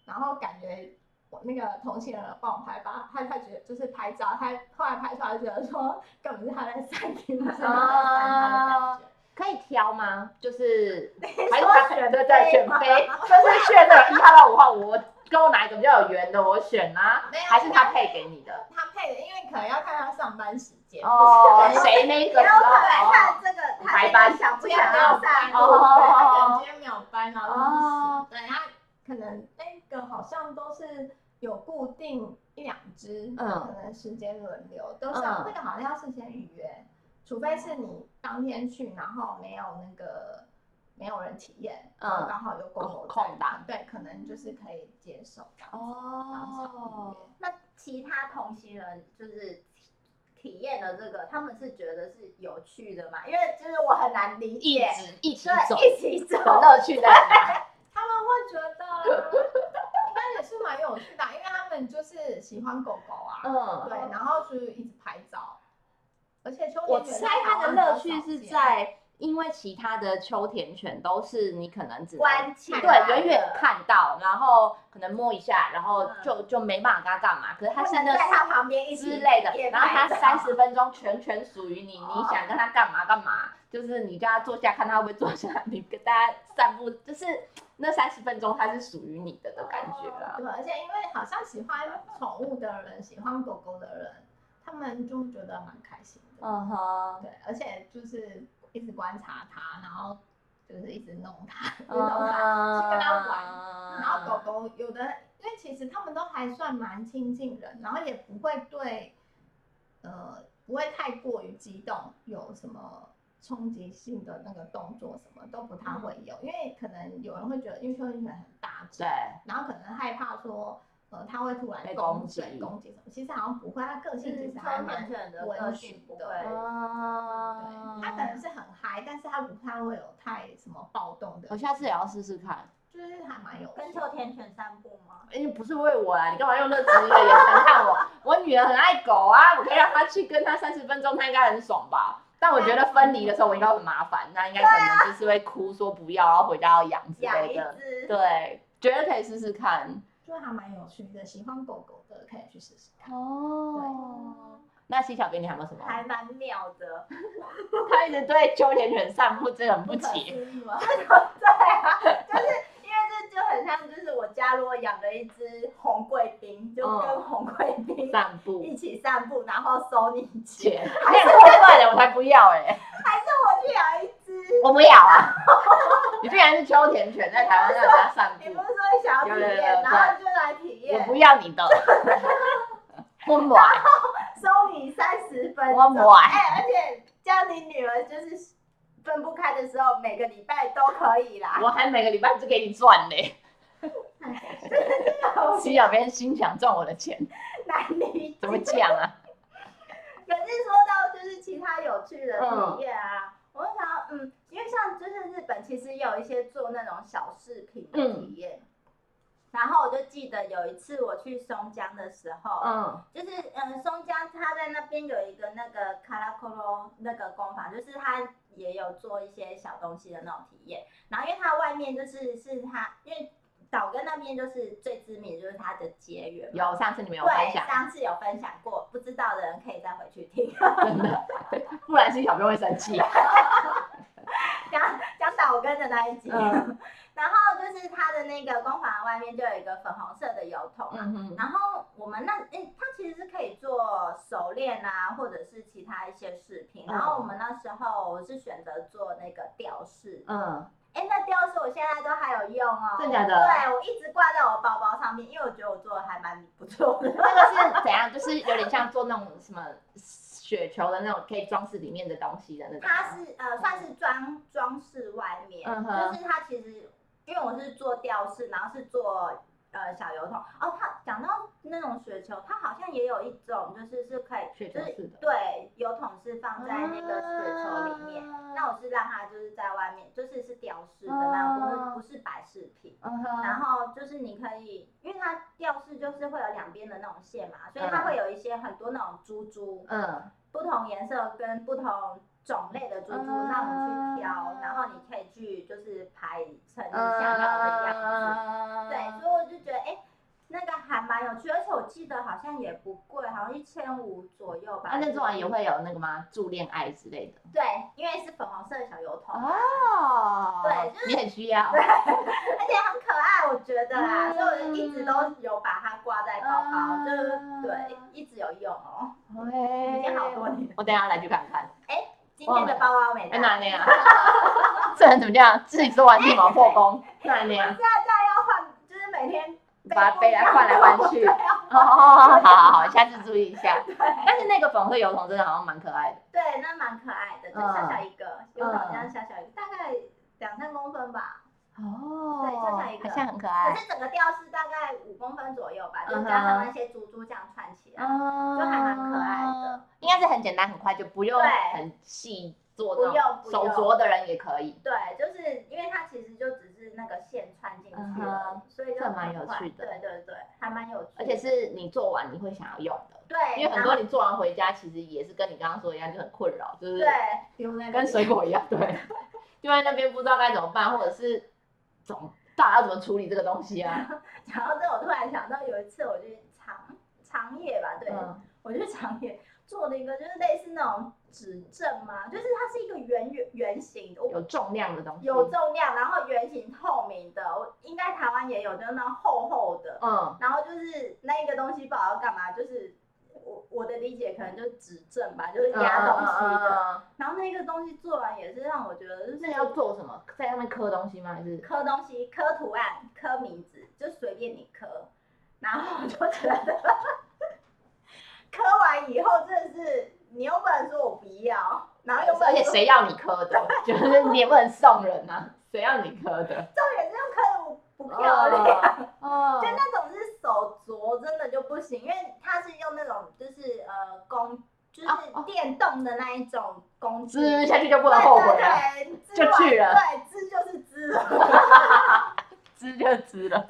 [SPEAKER 3] 然后感觉我那个同行人帮我拍吧，他他觉得就是拍照，他后来拍出来就觉得说根本是他在散步，是他在散他的
[SPEAKER 1] 哦
[SPEAKER 3] 感觉。
[SPEAKER 1] 可以挑吗？就是还是他
[SPEAKER 2] 说选
[SPEAKER 1] 对对
[SPEAKER 2] 妃
[SPEAKER 1] 选
[SPEAKER 2] 吗
[SPEAKER 1] 妃，就是选的 一号到五号，我跟我哪一个比较有缘的，我选啊
[SPEAKER 3] 没有，
[SPEAKER 1] 还是他配给你的？
[SPEAKER 3] 他配的，因为可能要看他上班时间。
[SPEAKER 1] 哦，谁那个时
[SPEAKER 2] 也有可能
[SPEAKER 1] 候？
[SPEAKER 2] 看这个他
[SPEAKER 1] 排班
[SPEAKER 2] 想不
[SPEAKER 3] 不
[SPEAKER 2] 想
[SPEAKER 3] 想
[SPEAKER 2] 要
[SPEAKER 3] 要
[SPEAKER 2] 散
[SPEAKER 3] 班，
[SPEAKER 2] 步。
[SPEAKER 1] 哦
[SPEAKER 3] 对他可能今天没有班，然后
[SPEAKER 1] 哦
[SPEAKER 3] 就是对他可能那个好像都是有固定一两只，
[SPEAKER 1] 嗯
[SPEAKER 3] 可能时间轮流，都是要
[SPEAKER 1] 嗯
[SPEAKER 3] 那个好像要事先预约，除非是你当天去，然后没有那个没有人体验，
[SPEAKER 1] 嗯
[SPEAKER 3] 然后刚好有公有
[SPEAKER 1] 空空档，
[SPEAKER 3] 对，可能就是可以接受这样子当场预
[SPEAKER 1] 哦
[SPEAKER 3] 约。
[SPEAKER 2] 那其他同行人就是体体验了这个，他们是觉得是有趣的嘛？因为就是我很难理
[SPEAKER 1] 一
[SPEAKER 2] 解，
[SPEAKER 1] 直一起走，
[SPEAKER 2] 对，一起走，
[SPEAKER 1] 有乐趣在哪？
[SPEAKER 3] 他们会觉得 应该也是蛮有趣的啊，因为他们就是喜欢狗狗啊，
[SPEAKER 1] 嗯，
[SPEAKER 3] 对，然后就是一直拍照，而且秋
[SPEAKER 1] 我
[SPEAKER 3] 田犬
[SPEAKER 1] 猜它的乐趣是在，因为其他的秋田犬都是你可能只能
[SPEAKER 2] 关起来
[SPEAKER 1] 对远远看到，然后可能摸一下，然后就就没办法跟它干嘛。可是它
[SPEAKER 2] 不
[SPEAKER 1] 现
[SPEAKER 2] 能
[SPEAKER 1] 在
[SPEAKER 2] 在他旁边一起
[SPEAKER 1] 之类的
[SPEAKER 2] 也，
[SPEAKER 1] 然后它
[SPEAKER 2] 拍照
[SPEAKER 1] 三十分钟全权属于你，
[SPEAKER 2] 哦
[SPEAKER 1] 你想跟它干嘛干嘛，就是你叫它坐下看它会不会坐下，你跟大家散步，就是那三十分钟它是属于你的的感觉啦。
[SPEAKER 3] 对，而且因为好像喜欢宠物的人，喜欢狗狗的人，他们就觉得蛮开心的，
[SPEAKER 1] 嗯哼，
[SPEAKER 3] 对，而且就是一直观察它，然后就是一直弄它，一直
[SPEAKER 1] 嗯
[SPEAKER 3] 弄它，去跟它玩。
[SPEAKER 1] 玩
[SPEAKER 3] 然后狗狗有的，因为其实他们都还算蛮亲近人，然后也不会对，呃，不会太过于激动，有什么冲击性的那个动作什么都不太会有，因为可能有人会觉得，因为秋田犬很大只
[SPEAKER 1] 对，，
[SPEAKER 3] 然后可能害怕说，呃，它会突然
[SPEAKER 1] 被
[SPEAKER 3] 攻
[SPEAKER 1] 攻
[SPEAKER 3] 击
[SPEAKER 1] 击
[SPEAKER 3] 攻击什么，其实好像不会，它个性其实还
[SPEAKER 2] 秋田
[SPEAKER 3] 蛮，
[SPEAKER 2] 犬的
[SPEAKER 3] 温
[SPEAKER 2] 个
[SPEAKER 3] 驯
[SPEAKER 2] 性不
[SPEAKER 3] 的
[SPEAKER 2] 会，
[SPEAKER 1] 哦嗯
[SPEAKER 3] 对，它可能是很嗨，但是它不太会有太什么暴动的
[SPEAKER 1] 我，下次也要试试看，
[SPEAKER 3] 就是还蛮有
[SPEAKER 2] 跟
[SPEAKER 3] 趣的
[SPEAKER 2] 秋田犬散步吗？
[SPEAKER 1] 因为哎不是为我啦，啊你干嘛用那质疑的眼神看我？ 我女儿很爱狗啊，我可以让她去跟她三十分钟，她应该很爽吧？但我觉得分离的时候，我应该会很麻烦，那应该可能就是会哭说不要，然后回家要养之
[SPEAKER 2] 养
[SPEAKER 1] 类
[SPEAKER 2] 一
[SPEAKER 1] 的。
[SPEAKER 2] 只，
[SPEAKER 1] 对，觉得可以试试看。
[SPEAKER 3] 就还蛮有趣的，喜欢狗狗的可以去试试看。
[SPEAKER 1] 哦，那西小给你还有没有什么？
[SPEAKER 2] 还蛮妙的。
[SPEAKER 1] 他一直对秋田犬散步真的很不
[SPEAKER 3] 可
[SPEAKER 1] 解。
[SPEAKER 3] 思议吗？
[SPEAKER 2] 对啊，就是因为这就很像，就是我家如果养了一只红贵宾，就跟红贵宾
[SPEAKER 1] 嗯散步
[SPEAKER 2] 一起散步，然后收你钱。
[SPEAKER 1] 姐，你很过分的，我才不要哎、
[SPEAKER 2] 还是我去养一只？
[SPEAKER 1] 我不要啊！ 你竟然是秋田犬在台湾让人家散
[SPEAKER 2] 你
[SPEAKER 1] 步
[SPEAKER 2] 不，是说你想要体
[SPEAKER 1] 有有有
[SPEAKER 2] 验，
[SPEAKER 1] 有
[SPEAKER 2] 然后就来体
[SPEAKER 1] 我
[SPEAKER 2] 验，
[SPEAKER 1] 不要你 的，我不爱，
[SPEAKER 2] 收你三十分
[SPEAKER 1] 我
[SPEAKER 2] 钟。
[SPEAKER 1] 不爱。
[SPEAKER 2] 哎，而且这样你女儿就是分不开的时候，每个礼拜都可以啦。
[SPEAKER 1] 我还每个礼拜只给你赚呢、
[SPEAKER 2] 好
[SPEAKER 1] 西小编心想赚我的钱，
[SPEAKER 2] 难理解
[SPEAKER 1] 怎么讲啊？
[SPEAKER 2] 可是说到就是其他有趣的体验啊，我就想到，嗯，因为像就是日本其实也有一些做那种小饰品的体验。然后我就记得有一次我去松江的时候，
[SPEAKER 1] 嗯
[SPEAKER 2] 就是嗯，松江它在那边有一个那个卡拉库罗那个工坊，就是它也有做一些小东西的那种体验。然后因为它外面就是是它，因为岛根那边就是最知名的就是它的结缘嘛。
[SPEAKER 1] 有上次你们有分
[SPEAKER 2] 对，
[SPEAKER 1] 享，
[SPEAKER 2] 上次有分享过，不知道的人可以再回去听。
[SPEAKER 1] 真的，不然西小编会生气。
[SPEAKER 2] 讲讲岛根的那一集。
[SPEAKER 1] 嗯
[SPEAKER 2] 然后就是它的那个光环外面就有一个粉红色的油桶嘛，啊
[SPEAKER 1] 嗯哼，
[SPEAKER 2] 然后我们那诶，它其实是可以做手链啊，或者是其他一些
[SPEAKER 1] 嗯
[SPEAKER 2] 饰品。然后我们那时候是选择做那个吊饰，
[SPEAKER 5] 嗯，
[SPEAKER 2] 哎、那吊饰我现在都还有用哦，
[SPEAKER 1] 真假的
[SPEAKER 2] 对，我一直挂在我包包上面，因为我觉得我做的还蛮不错的。
[SPEAKER 1] 那个是怎样？就是有点像做那种什么雪球的那种可以装饰里面的东西的那种吗。
[SPEAKER 2] 它是呃算是装装饰外面，
[SPEAKER 1] 嗯哼
[SPEAKER 2] 就是它其实因为我是做吊饰，然后是做呃小油桶。哦，它讲到那种雪球，它好像也有一种就是是可以
[SPEAKER 1] 雪球
[SPEAKER 2] 就是
[SPEAKER 1] 式的
[SPEAKER 2] 对，油桶是放在那个雪球里面。
[SPEAKER 1] 啊
[SPEAKER 2] 那我是让它就是在外面，就是是吊饰的那种，
[SPEAKER 1] 哦
[SPEAKER 2] 不是不是摆饰品。
[SPEAKER 1] 嗯哼
[SPEAKER 2] 然后就是你可以，因为它吊饰就是会有两边的那种线嘛，所以它
[SPEAKER 1] 嗯
[SPEAKER 2] 会有一些很多那种珠珠。
[SPEAKER 1] 嗯，
[SPEAKER 2] 不同颜色跟不同种类的珠珠，
[SPEAKER 1] 嗯
[SPEAKER 2] 让你去挑，然后你可以去就是排成你
[SPEAKER 1] 嗯
[SPEAKER 2] 想要的
[SPEAKER 1] 啊
[SPEAKER 2] 样子。
[SPEAKER 1] 样
[SPEAKER 2] 对，所以我就觉得哎、诶那个还蛮有趣，而且我记得好像也不贵，好像一千五左右吧。
[SPEAKER 1] 啊那那做完也会有那个吗？助恋爱之类的
[SPEAKER 2] 对，因为是粉红色的小油
[SPEAKER 1] 啊
[SPEAKER 2] 桶，
[SPEAKER 1] 哦
[SPEAKER 2] 对就
[SPEAKER 1] 你很需要，
[SPEAKER 2] 而且很可爱，我觉得啦，
[SPEAKER 1] 嗯
[SPEAKER 2] 所以我就一直都有把它挂在包包，
[SPEAKER 1] 嗯
[SPEAKER 2] 就是对，一直有用哦，已经好多
[SPEAKER 1] 哎，
[SPEAKER 2] 年了。
[SPEAKER 1] 我等一下来去看看。
[SPEAKER 2] 今天的包包没
[SPEAKER 1] 哎，
[SPEAKER 2] 带，
[SPEAKER 1] 那那 样，这人怎么这样？自己做完立马破功，那那样，
[SPEAKER 2] 要换，就是每天
[SPEAKER 1] 把背来换来换去。
[SPEAKER 2] 对
[SPEAKER 1] 哦，好好好，下次注意一下。但是那个粉色油桶真的好像蛮可爱的，
[SPEAKER 2] 对，那蛮可爱的，就
[SPEAKER 1] 嗯
[SPEAKER 2] 小小一个，有好像小小一个，大概两三公分吧。
[SPEAKER 1] 哦
[SPEAKER 2] 对就像一个
[SPEAKER 1] 好像很可
[SPEAKER 2] 可
[SPEAKER 1] 爱，
[SPEAKER 2] 是整个吊饰大概五公分左右吧，就
[SPEAKER 1] 哎嗯哼
[SPEAKER 2] 加上那些珠珠这样串起来，
[SPEAKER 1] 啊
[SPEAKER 2] 就还蛮可爱的。
[SPEAKER 1] 应该是很简单很快，就不用
[SPEAKER 2] 对
[SPEAKER 1] 很细做
[SPEAKER 2] 不
[SPEAKER 1] 那种
[SPEAKER 2] 用不
[SPEAKER 1] 手
[SPEAKER 2] 用
[SPEAKER 1] 镯的人也可以。
[SPEAKER 2] 对，就是因为它其实就只是那个线穿进去
[SPEAKER 1] 嗯
[SPEAKER 2] 了，所以就
[SPEAKER 1] 这蛮
[SPEAKER 2] 很
[SPEAKER 1] 有
[SPEAKER 2] 快
[SPEAKER 1] 趣的
[SPEAKER 2] 对对对，还蛮有趣的，
[SPEAKER 1] 而且是你做完你会想要用的，
[SPEAKER 2] 对，
[SPEAKER 1] 因为很
[SPEAKER 2] 然
[SPEAKER 1] 多
[SPEAKER 2] 后
[SPEAKER 1] 你做完回家其实也是跟你刚刚说的一样，就很困扰，就是
[SPEAKER 2] 对
[SPEAKER 3] 丢在那
[SPEAKER 1] 跟
[SPEAKER 3] 里
[SPEAKER 1] 水果一 样，对，就在那边不知道该怎么办，或者是怎么到底要怎么处理这个东西啊？
[SPEAKER 2] 讲到这，我突然想到有一次我去长长野吧，对，
[SPEAKER 1] 嗯
[SPEAKER 2] 我去长野做了一个就是类似那种指正嘛，就是它是一个圆圆圆形的，我
[SPEAKER 1] 有重量的东西，
[SPEAKER 2] 有重量，然后圆形透明的，我应该台湾也有，就是那种厚厚的，
[SPEAKER 1] 嗯，
[SPEAKER 2] 然后就是那一个东西不知道要干嘛，就是我我的理解可能就是指正吧，就是压东西
[SPEAKER 1] 嗯嗯
[SPEAKER 2] 的。
[SPEAKER 1] 嗯嗯
[SPEAKER 2] 然后那个东西做完也是让我觉得就是
[SPEAKER 1] 那要做什么？在上面刻东西吗？还是
[SPEAKER 2] 刻东西、刻图案、刻名字，就随便你刻。然后我就觉得刻完以后真的是你又不能说我不要，然后又不
[SPEAKER 1] 而
[SPEAKER 2] 能
[SPEAKER 1] 且
[SPEAKER 2] 说
[SPEAKER 1] 谁要你刻的？ 就是你也不能送人啊，谁要你刻的？
[SPEAKER 2] 重点是又刻的我不漂亮。
[SPEAKER 1] 哦，
[SPEAKER 2] 就那种是手镯，真的就不行，因为它是用那种就是呃工，就是
[SPEAKER 1] 啊哦
[SPEAKER 2] 电动的那一种工具，
[SPEAKER 1] 织嗯下去就不能后悔了，
[SPEAKER 2] 对对对，
[SPEAKER 1] 就去了
[SPEAKER 2] 对，织就是织了，
[SPEAKER 1] 织就织了，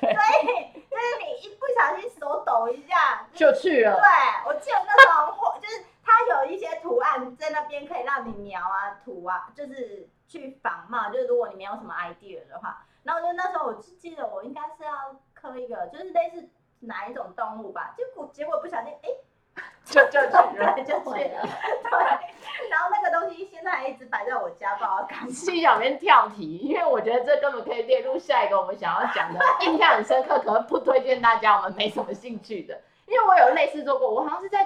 [SPEAKER 2] 所以就是你一不小心手抖一下，就
[SPEAKER 1] 就去
[SPEAKER 2] 对
[SPEAKER 1] 了。
[SPEAKER 2] 我记得那时候画就是它有一些图案在那边可以让你描啊图啊，就是去仿冒，就是如果你没有什么 idea 的话，然后就那时候我就记得我应该是要刻一个，就是类似哪一种动物吧，结果结果不小心哎。
[SPEAKER 1] 就就去了，
[SPEAKER 2] 对，就去
[SPEAKER 1] 啊
[SPEAKER 2] 了。对，然后那个东西现在还一直摆在我家，不知道干嘛。
[SPEAKER 1] 心小编跳题，因 为我觉得这根本可以列入下一个我们想要讲的，印象很深刻，可能不推荐大家，我们没什么兴趣的。因为我有类似做过，我好像是在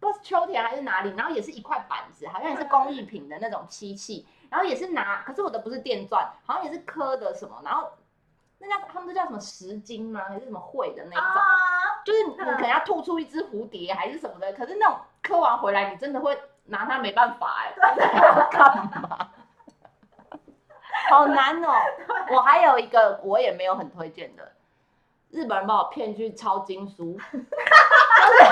[SPEAKER 1] 不知道是秋田还是哪里，然后也是一块板子，好像也是工艺品的那种漆器， 然后也是拿，可是我的不是电钻，好像也是刻的什么，然后那叫他们都叫什么石金吗？还是什么绘的那一种？
[SPEAKER 2] 啊，
[SPEAKER 1] 就是你可能要吐出一只蝴蝶还是什么的，可是那种刻完回来，你真的会拿它没办法哎、干嘛？ 好难哦！我还有一个我也没有很推荐的，日本人把我骗去抄经书， 真的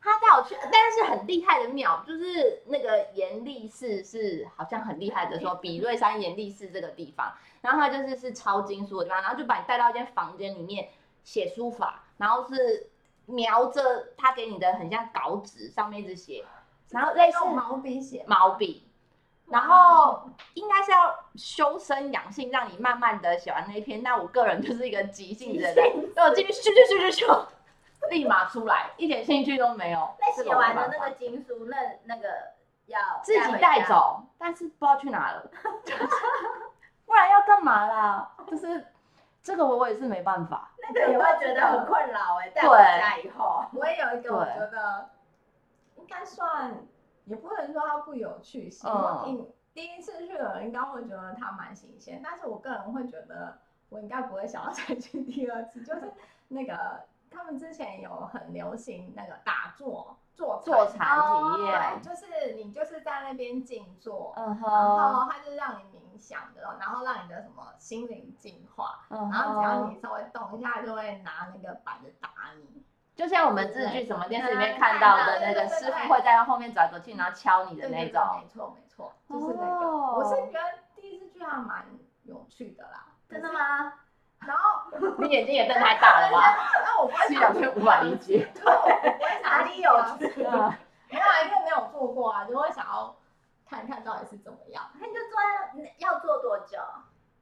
[SPEAKER 1] 他带我去，但是很厉害的庙，就是那个严立寺是好像很厉害的说，比瑞山严立寺这个地方，然后他就是是抄经书的地方，然后就把你带到一间房间里面写书法，然后是描着他给你的很像稿纸，上面一直写，然后类似
[SPEAKER 3] 哎用毛笔写嘛，
[SPEAKER 1] 毛笔，然后应该是要修身养性，让你慢慢的写完那一篇。那我个人就是一个急性子的人，那我进去咻咻咻咻咻，立马出来，一点兴趣都没有。
[SPEAKER 2] 那
[SPEAKER 1] 这
[SPEAKER 2] 写完
[SPEAKER 1] 我没
[SPEAKER 2] 的
[SPEAKER 1] 办
[SPEAKER 2] 那
[SPEAKER 1] 法
[SPEAKER 2] 个经书，那那个要
[SPEAKER 1] 自己
[SPEAKER 2] 回
[SPEAKER 1] 带
[SPEAKER 2] 家。
[SPEAKER 1] 走， 但是不知道去哪了，不然要干嘛啦？就是这个我也是没办法。
[SPEAKER 2] 那个也会觉得很困扰哎、在我家以后，
[SPEAKER 3] 我也有一
[SPEAKER 1] 对
[SPEAKER 3] 个，我觉得应该算，也不能说它不有趣性。我
[SPEAKER 1] 嗯
[SPEAKER 3] 第第一次去的人应该会觉得它蛮新鲜，但是我个人会觉得我应该不会想要再去第二次。就是那个他们之前有很流行那个打坐坐
[SPEAKER 1] 坐
[SPEAKER 3] 禅
[SPEAKER 1] 禅体
[SPEAKER 3] 对，
[SPEAKER 1] 验，
[SPEAKER 3] 就是你就是在那边静坐。
[SPEAKER 1] 嗯
[SPEAKER 2] 哦
[SPEAKER 3] 然
[SPEAKER 1] 哼，
[SPEAKER 3] 后它就是让你冥想的，然后让你的什么心灵净化，
[SPEAKER 1] 然
[SPEAKER 2] 哦
[SPEAKER 3] 然后只要你稍微动一下，就会拿那个板子打你。
[SPEAKER 1] 就像我们日剧什么电视里面看到的那个师傅会在后面走来走去，然后敲你的
[SPEAKER 3] 对
[SPEAKER 1] 那
[SPEAKER 3] 对对，
[SPEAKER 1] 种。
[SPEAKER 3] 没错没错，就是那个。
[SPEAKER 1] 哦
[SPEAKER 3] 我是觉得第一次去还蛮有趣的啦，
[SPEAKER 2] 真的？吗？
[SPEAKER 3] 然后，
[SPEAKER 1] 你眼睛也瞪太大了吧？
[SPEAKER 3] 那我不会
[SPEAKER 1] 七
[SPEAKER 3] 想
[SPEAKER 1] 两千五百理解。
[SPEAKER 3] 就是我不会想
[SPEAKER 2] 啊哪里有
[SPEAKER 3] 去啊没有啊，因为没有做过啊，就会想要看看到底是怎么样。
[SPEAKER 2] 那你就坐在那要坐多久？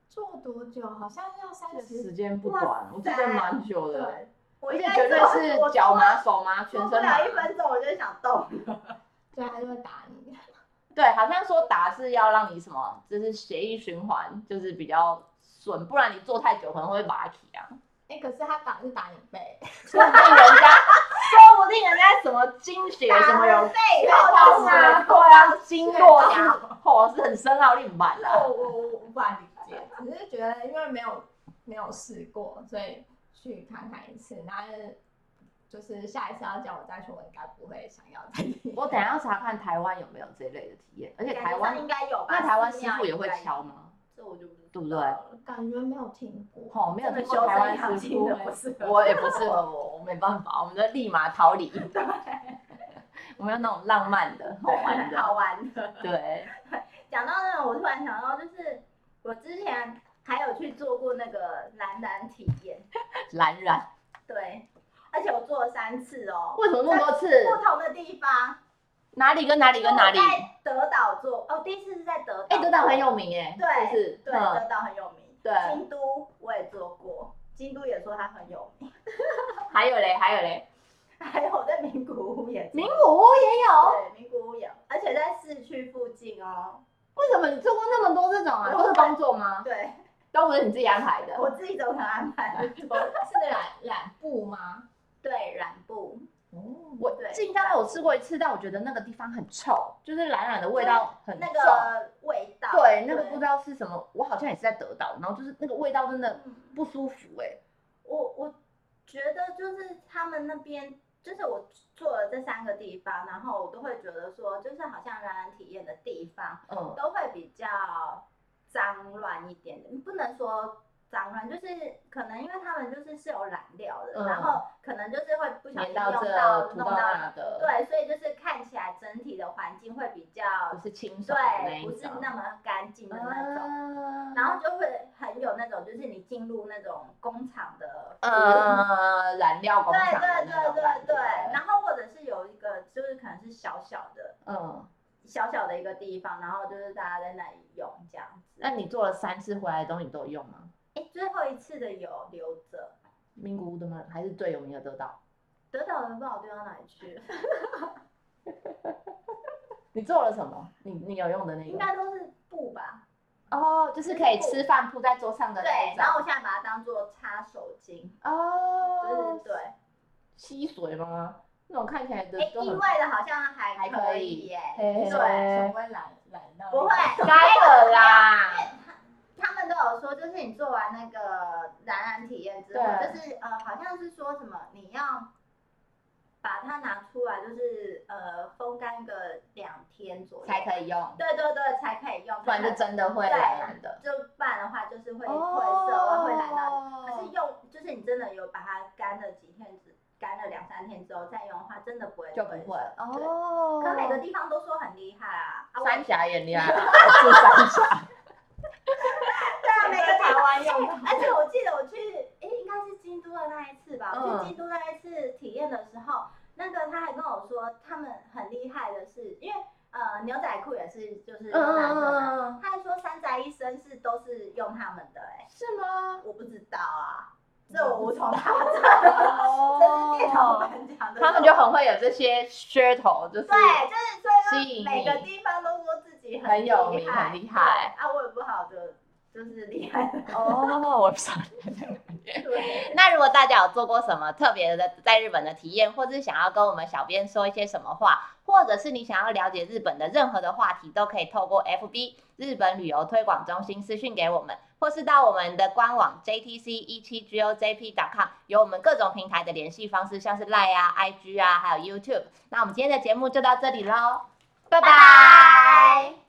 [SPEAKER 3] 做多久？好像要三
[SPEAKER 1] 这
[SPEAKER 3] 十
[SPEAKER 1] 时间不短，我记得蛮久的，
[SPEAKER 3] 对，
[SPEAKER 2] 我
[SPEAKER 1] 而
[SPEAKER 2] 应
[SPEAKER 1] 且
[SPEAKER 2] 该
[SPEAKER 1] 绝对
[SPEAKER 2] 坐
[SPEAKER 1] 是脚麻、手麻、全
[SPEAKER 2] 坐不
[SPEAKER 1] 身麻
[SPEAKER 2] 了。一分钟我就想动。
[SPEAKER 3] 对，他就会打你。
[SPEAKER 1] 对，好像说打是要让你什么，就是血液循环就是比较顺，不然你坐太久可能会麻起啊。
[SPEAKER 3] 哎，可是他打是打你背，
[SPEAKER 1] 说不定人家，说不定人家什么经血什么有
[SPEAKER 2] 背
[SPEAKER 1] 泡
[SPEAKER 2] 后
[SPEAKER 1] 沫
[SPEAKER 2] 就是
[SPEAKER 1] 啊，
[SPEAKER 2] 我
[SPEAKER 1] 对啊，经络啊，哦，是很深奥，你很慢
[SPEAKER 3] 哦
[SPEAKER 1] 啊。
[SPEAKER 2] 我我无法理解。
[SPEAKER 3] 只是觉得因为没有没有试过，所以去看看一次。然后就是下一次要叫我再去，我应该不会想要再去。
[SPEAKER 1] 我等一下要查看台湾有没有这类的体验，而且
[SPEAKER 2] 感觉
[SPEAKER 1] 台
[SPEAKER 2] 上
[SPEAKER 1] 湾
[SPEAKER 2] 应该有吧？
[SPEAKER 1] 那台湾
[SPEAKER 2] 寺
[SPEAKER 1] 师
[SPEAKER 2] 庙
[SPEAKER 1] 傅也会
[SPEAKER 2] 应该有，
[SPEAKER 1] 敲吗？
[SPEAKER 2] 这我就不知
[SPEAKER 1] 对不对
[SPEAKER 2] 道了
[SPEAKER 3] 感觉没有听过。
[SPEAKER 1] 哦，没有
[SPEAKER 2] 这
[SPEAKER 1] 听
[SPEAKER 2] 个
[SPEAKER 1] 过
[SPEAKER 2] 修
[SPEAKER 1] 台
[SPEAKER 2] 身
[SPEAKER 1] 湾
[SPEAKER 2] 养
[SPEAKER 1] 师
[SPEAKER 2] 性
[SPEAKER 1] 傅
[SPEAKER 2] 的
[SPEAKER 1] 欸
[SPEAKER 2] 不适合。
[SPEAKER 1] 我也不适合我，我没办法，我们就立马逃离。 我们要那种浪漫的、好玩
[SPEAKER 2] 好
[SPEAKER 1] 的，
[SPEAKER 2] 玩的。
[SPEAKER 1] 对，
[SPEAKER 2] 讲到那个，我突然想到，就是我之前还有去做过那个蓝蓝体验，
[SPEAKER 1] 蓝染。
[SPEAKER 2] 对，而且我做了三次哦，
[SPEAKER 1] 为什么那么多次？
[SPEAKER 2] 不同的地方。
[SPEAKER 1] 哪里跟哪里跟哪里
[SPEAKER 2] 我？在德岛做，哦，第一次是在德岛，
[SPEAKER 1] 哎，德岛很有，名哎，
[SPEAKER 2] 对
[SPEAKER 1] 是不
[SPEAKER 2] 对，
[SPEAKER 1] 是？嗯
[SPEAKER 2] 德岛很有名。
[SPEAKER 1] 对，
[SPEAKER 2] 京都我也做过，京都也说它很有名，
[SPEAKER 1] 还有嘞，还有嘞，
[SPEAKER 2] 还有在名古屋也做
[SPEAKER 1] 名古屋也有。
[SPEAKER 2] 对，名古屋有，而且在市区附近哦。
[SPEAKER 1] 为什么你做过那么多这种啊？
[SPEAKER 2] 我
[SPEAKER 1] 都是工作吗？
[SPEAKER 2] 对，
[SPEAKER 1] 都不是你自己安排
[SPEAKER 2] 我
[SPEAKER 1] 的？
[SPEAKER 2] 自己都很安排的多。
[SPEAKER 3] 是染染布吗？
[SPEAKER 2] 对，染布，
[SPEAKER 3] 哦，
[SPEAKER 1] 我
[SPEAKER 2] 对
[SPEAKER 1] 静冈有吃过一次，但我觉得那个地方很臭，就是染染的味道很重
[SPEAKER 2] 那。个味道，
[SPEAKER 1] 对，那个不知道是什么，我好像也是在德岛，然后就是那个味道真的
[SPEAKER 2] 嗯
[SPEAKER 1] 不舒服哎、
[SPEAKER 2] 我我觉得就是他们那边，就是我做了这三个地方，然后我都会觉得说，就是好像冉冉体验的地方
[SPEAKER 1] 嗯，
[SPEAKER 2] 都会比较脏乱一点点，不能说。脏乱就是可能因为他们就是是有染料的，
[SPEAKER 1] 嗯
[SPEAKER 2] 然后可能就是会不小心
[SPEAKER 1] 粘
[SPEAKER 2] 用
[SPEAKER 1] 到这
[SPEAKER 2] 到
[SPEAKER 1] 涂
[SPEAKER 2] 弄
[SPEAKER 1] 到那的，，
[SPEAKER 2] 对，所以就是看起来整体的环境会比较
[SPEAKER 1] 不是清爽的那
[SPEAKER 2] 对，
[SPEAKER 1] 一
[SPEAKER 2] 不
[SPEAKER 1] 种，
[SPEAKER 2] 是那么干净的那种。
[SPEAKER 1] 啊
[SPEAKER 2] 然后就会很有那种，就是你进入那种工厂的，
[SPEAKER 1] 呃燃料工
[SPEAKER 2] 对
[SPEAKER 1] 厂的
[SPEAKER 2] 对
[SPEAKER 1] 那种
[SPEAKER 2] 嗯对
[SPEAKER 1] 感
[SPEAKER 2] 对
[SPEAKER 1] 觉
[SPEAKER 2] 对，然后或者是有一个就是可能是小小的
[SPEAKER 1] 嗯，
[SPEAKER 2] 小小的一个地方，然后就是大家在那里用这样子。
[SPEAKER 1] 那你做了三次回来的东西你都有用吗？
[SPEAKER 2] 哎，最后一次的有留着，
[SPEAKER 1] 名古屋的吗？还是最有名的德岛？
[SPEAKER 2] 得到的不知道丢到哪里去了，
[SPEAKER 1] 你做了什么？你你有用的那
[SPEAKER 2] 应
[SPEAKER 1] 个？
[SPEAKER 2] 该都是布吧？
[SPEAKER 1] 哦，就是可以吃饭铺在桌上的那
[SPEAKER 2] 对，
[SPEAKER 1] 一种
[SPEAKER 2] 然。后我现在把它当做擦手巾，就是
[SPEAKER 1] 哦，
[SPEAKER 2] 对。
[SPEAKER 1] 吸水吗？那种看起来的
[SPEAKER 2] 哎，
[SPEAKER 1] 都
[SPEAKER 2] 意
[SPEAKER 1] 很
[SPEAKER 2] 外的好像还
[SPEAKER 1] 还可
[SPEAKER 2] 以
[SPEAKER 1] 以
[SPEAKER 2] 耶，
[SPEAKER 1] 嘿
[SPEAKER 2] 对，
[SPEAKER 3] 手会染染到。
[SPEAKER 2] 呃不会。
[SPEAKER 1] 该了 啦。
[SPEAKER 2] 他们都有说，就是你做完那个染染体验之后，
[SPEAKER 1] 对
[SPEAKER 2] 就是呃，好像是说什么你要把它拿出来，就是呃风干个两天左右
[SPEAKER 1] 才可以用，
[SPEAKER 2] 对对对，才可以用，
[SPEAKER 1] 不然就真的会
[SPEAKER 2] 对
[SPEAKER 1] 染染的。哦
[SPEAKER 2] 就不然的话就是会褪色，会染到。可是
[SPEAKER 1] 到，
[SPEAKER 2] 用就是你真的有把它干了几天，只干了两三天之后再用的话，真的不会
[SPEAKER 1] 就不会
[SPEAKER 2] 褪色。对
[SPEAKER 1] 哦。
[SPEAKER 2] 可每个地方都说很厉害啊，啊我
[SPEAKER 1] 三峡也厉害， 我住三峡。
[SPEAKER 2] 对啊，每个台湾用
[SPEAKER 3] 的。
[SPEAKER 2] 而且我记得我去，诶，应该是京都的那一次吧。我
[SPEAKER 1] 嗯
[SPEAKER 2] 去京都那一次体验的时候，那个他还跟我说，他们很厉害的是，因为呃牛仔裤也是就是用男生的，
[SPEAKER 1] 嗯，
[SPEAKER 2] 他还说三宅一生是都是用他们的、诶，
[SPEAKER 1] 是吗？
[SPEAKER 2] 我不知道啊，这我无从查证。这是店
[SPEAKER 1] 嗯
[SPEAKER 2] 老
[SPEAKER 1] 哦，
[SPEAKER 2] 板讲的，
[SPEAKER 1] 他们就很会有这些噱头，就是
[SPEAKER 2] 对，就是所以
[SPEAKER 1] 吸
[SPEAKER 2] 说
[SPEAKER 1] 引
[SPEAKER 2] 每个
[SPEAKER 1] 你
[SPEAKER 2] 地方都说自己
[SPEAKER 1] 很有
[SPEAKER 2] 厉
[SPEAKER 1] 名
[SPEAKER 2] 害
[SPEAKER 1] 很厉害
[SPEAKER 2] 对啊，我也不好的。就是厉害的。
[SPEAKER 1] 哦，我不知道。 那如果大家有做过什么特别的在日本的体验，或是想要跟我们小编说一些什么话，或者是你想要了解日本的任何的话题，都可以透过 FB 日本旅游推广中心私讯给我们，或是到我们的官网 JTC 一七 GOJP.com 有我们各种平台的联系方式，像是 Line 啊、IG 啊，还有 YouTube。那我们今天的节目就到这里喽，拜拜。
[SPEAKER 2] 拜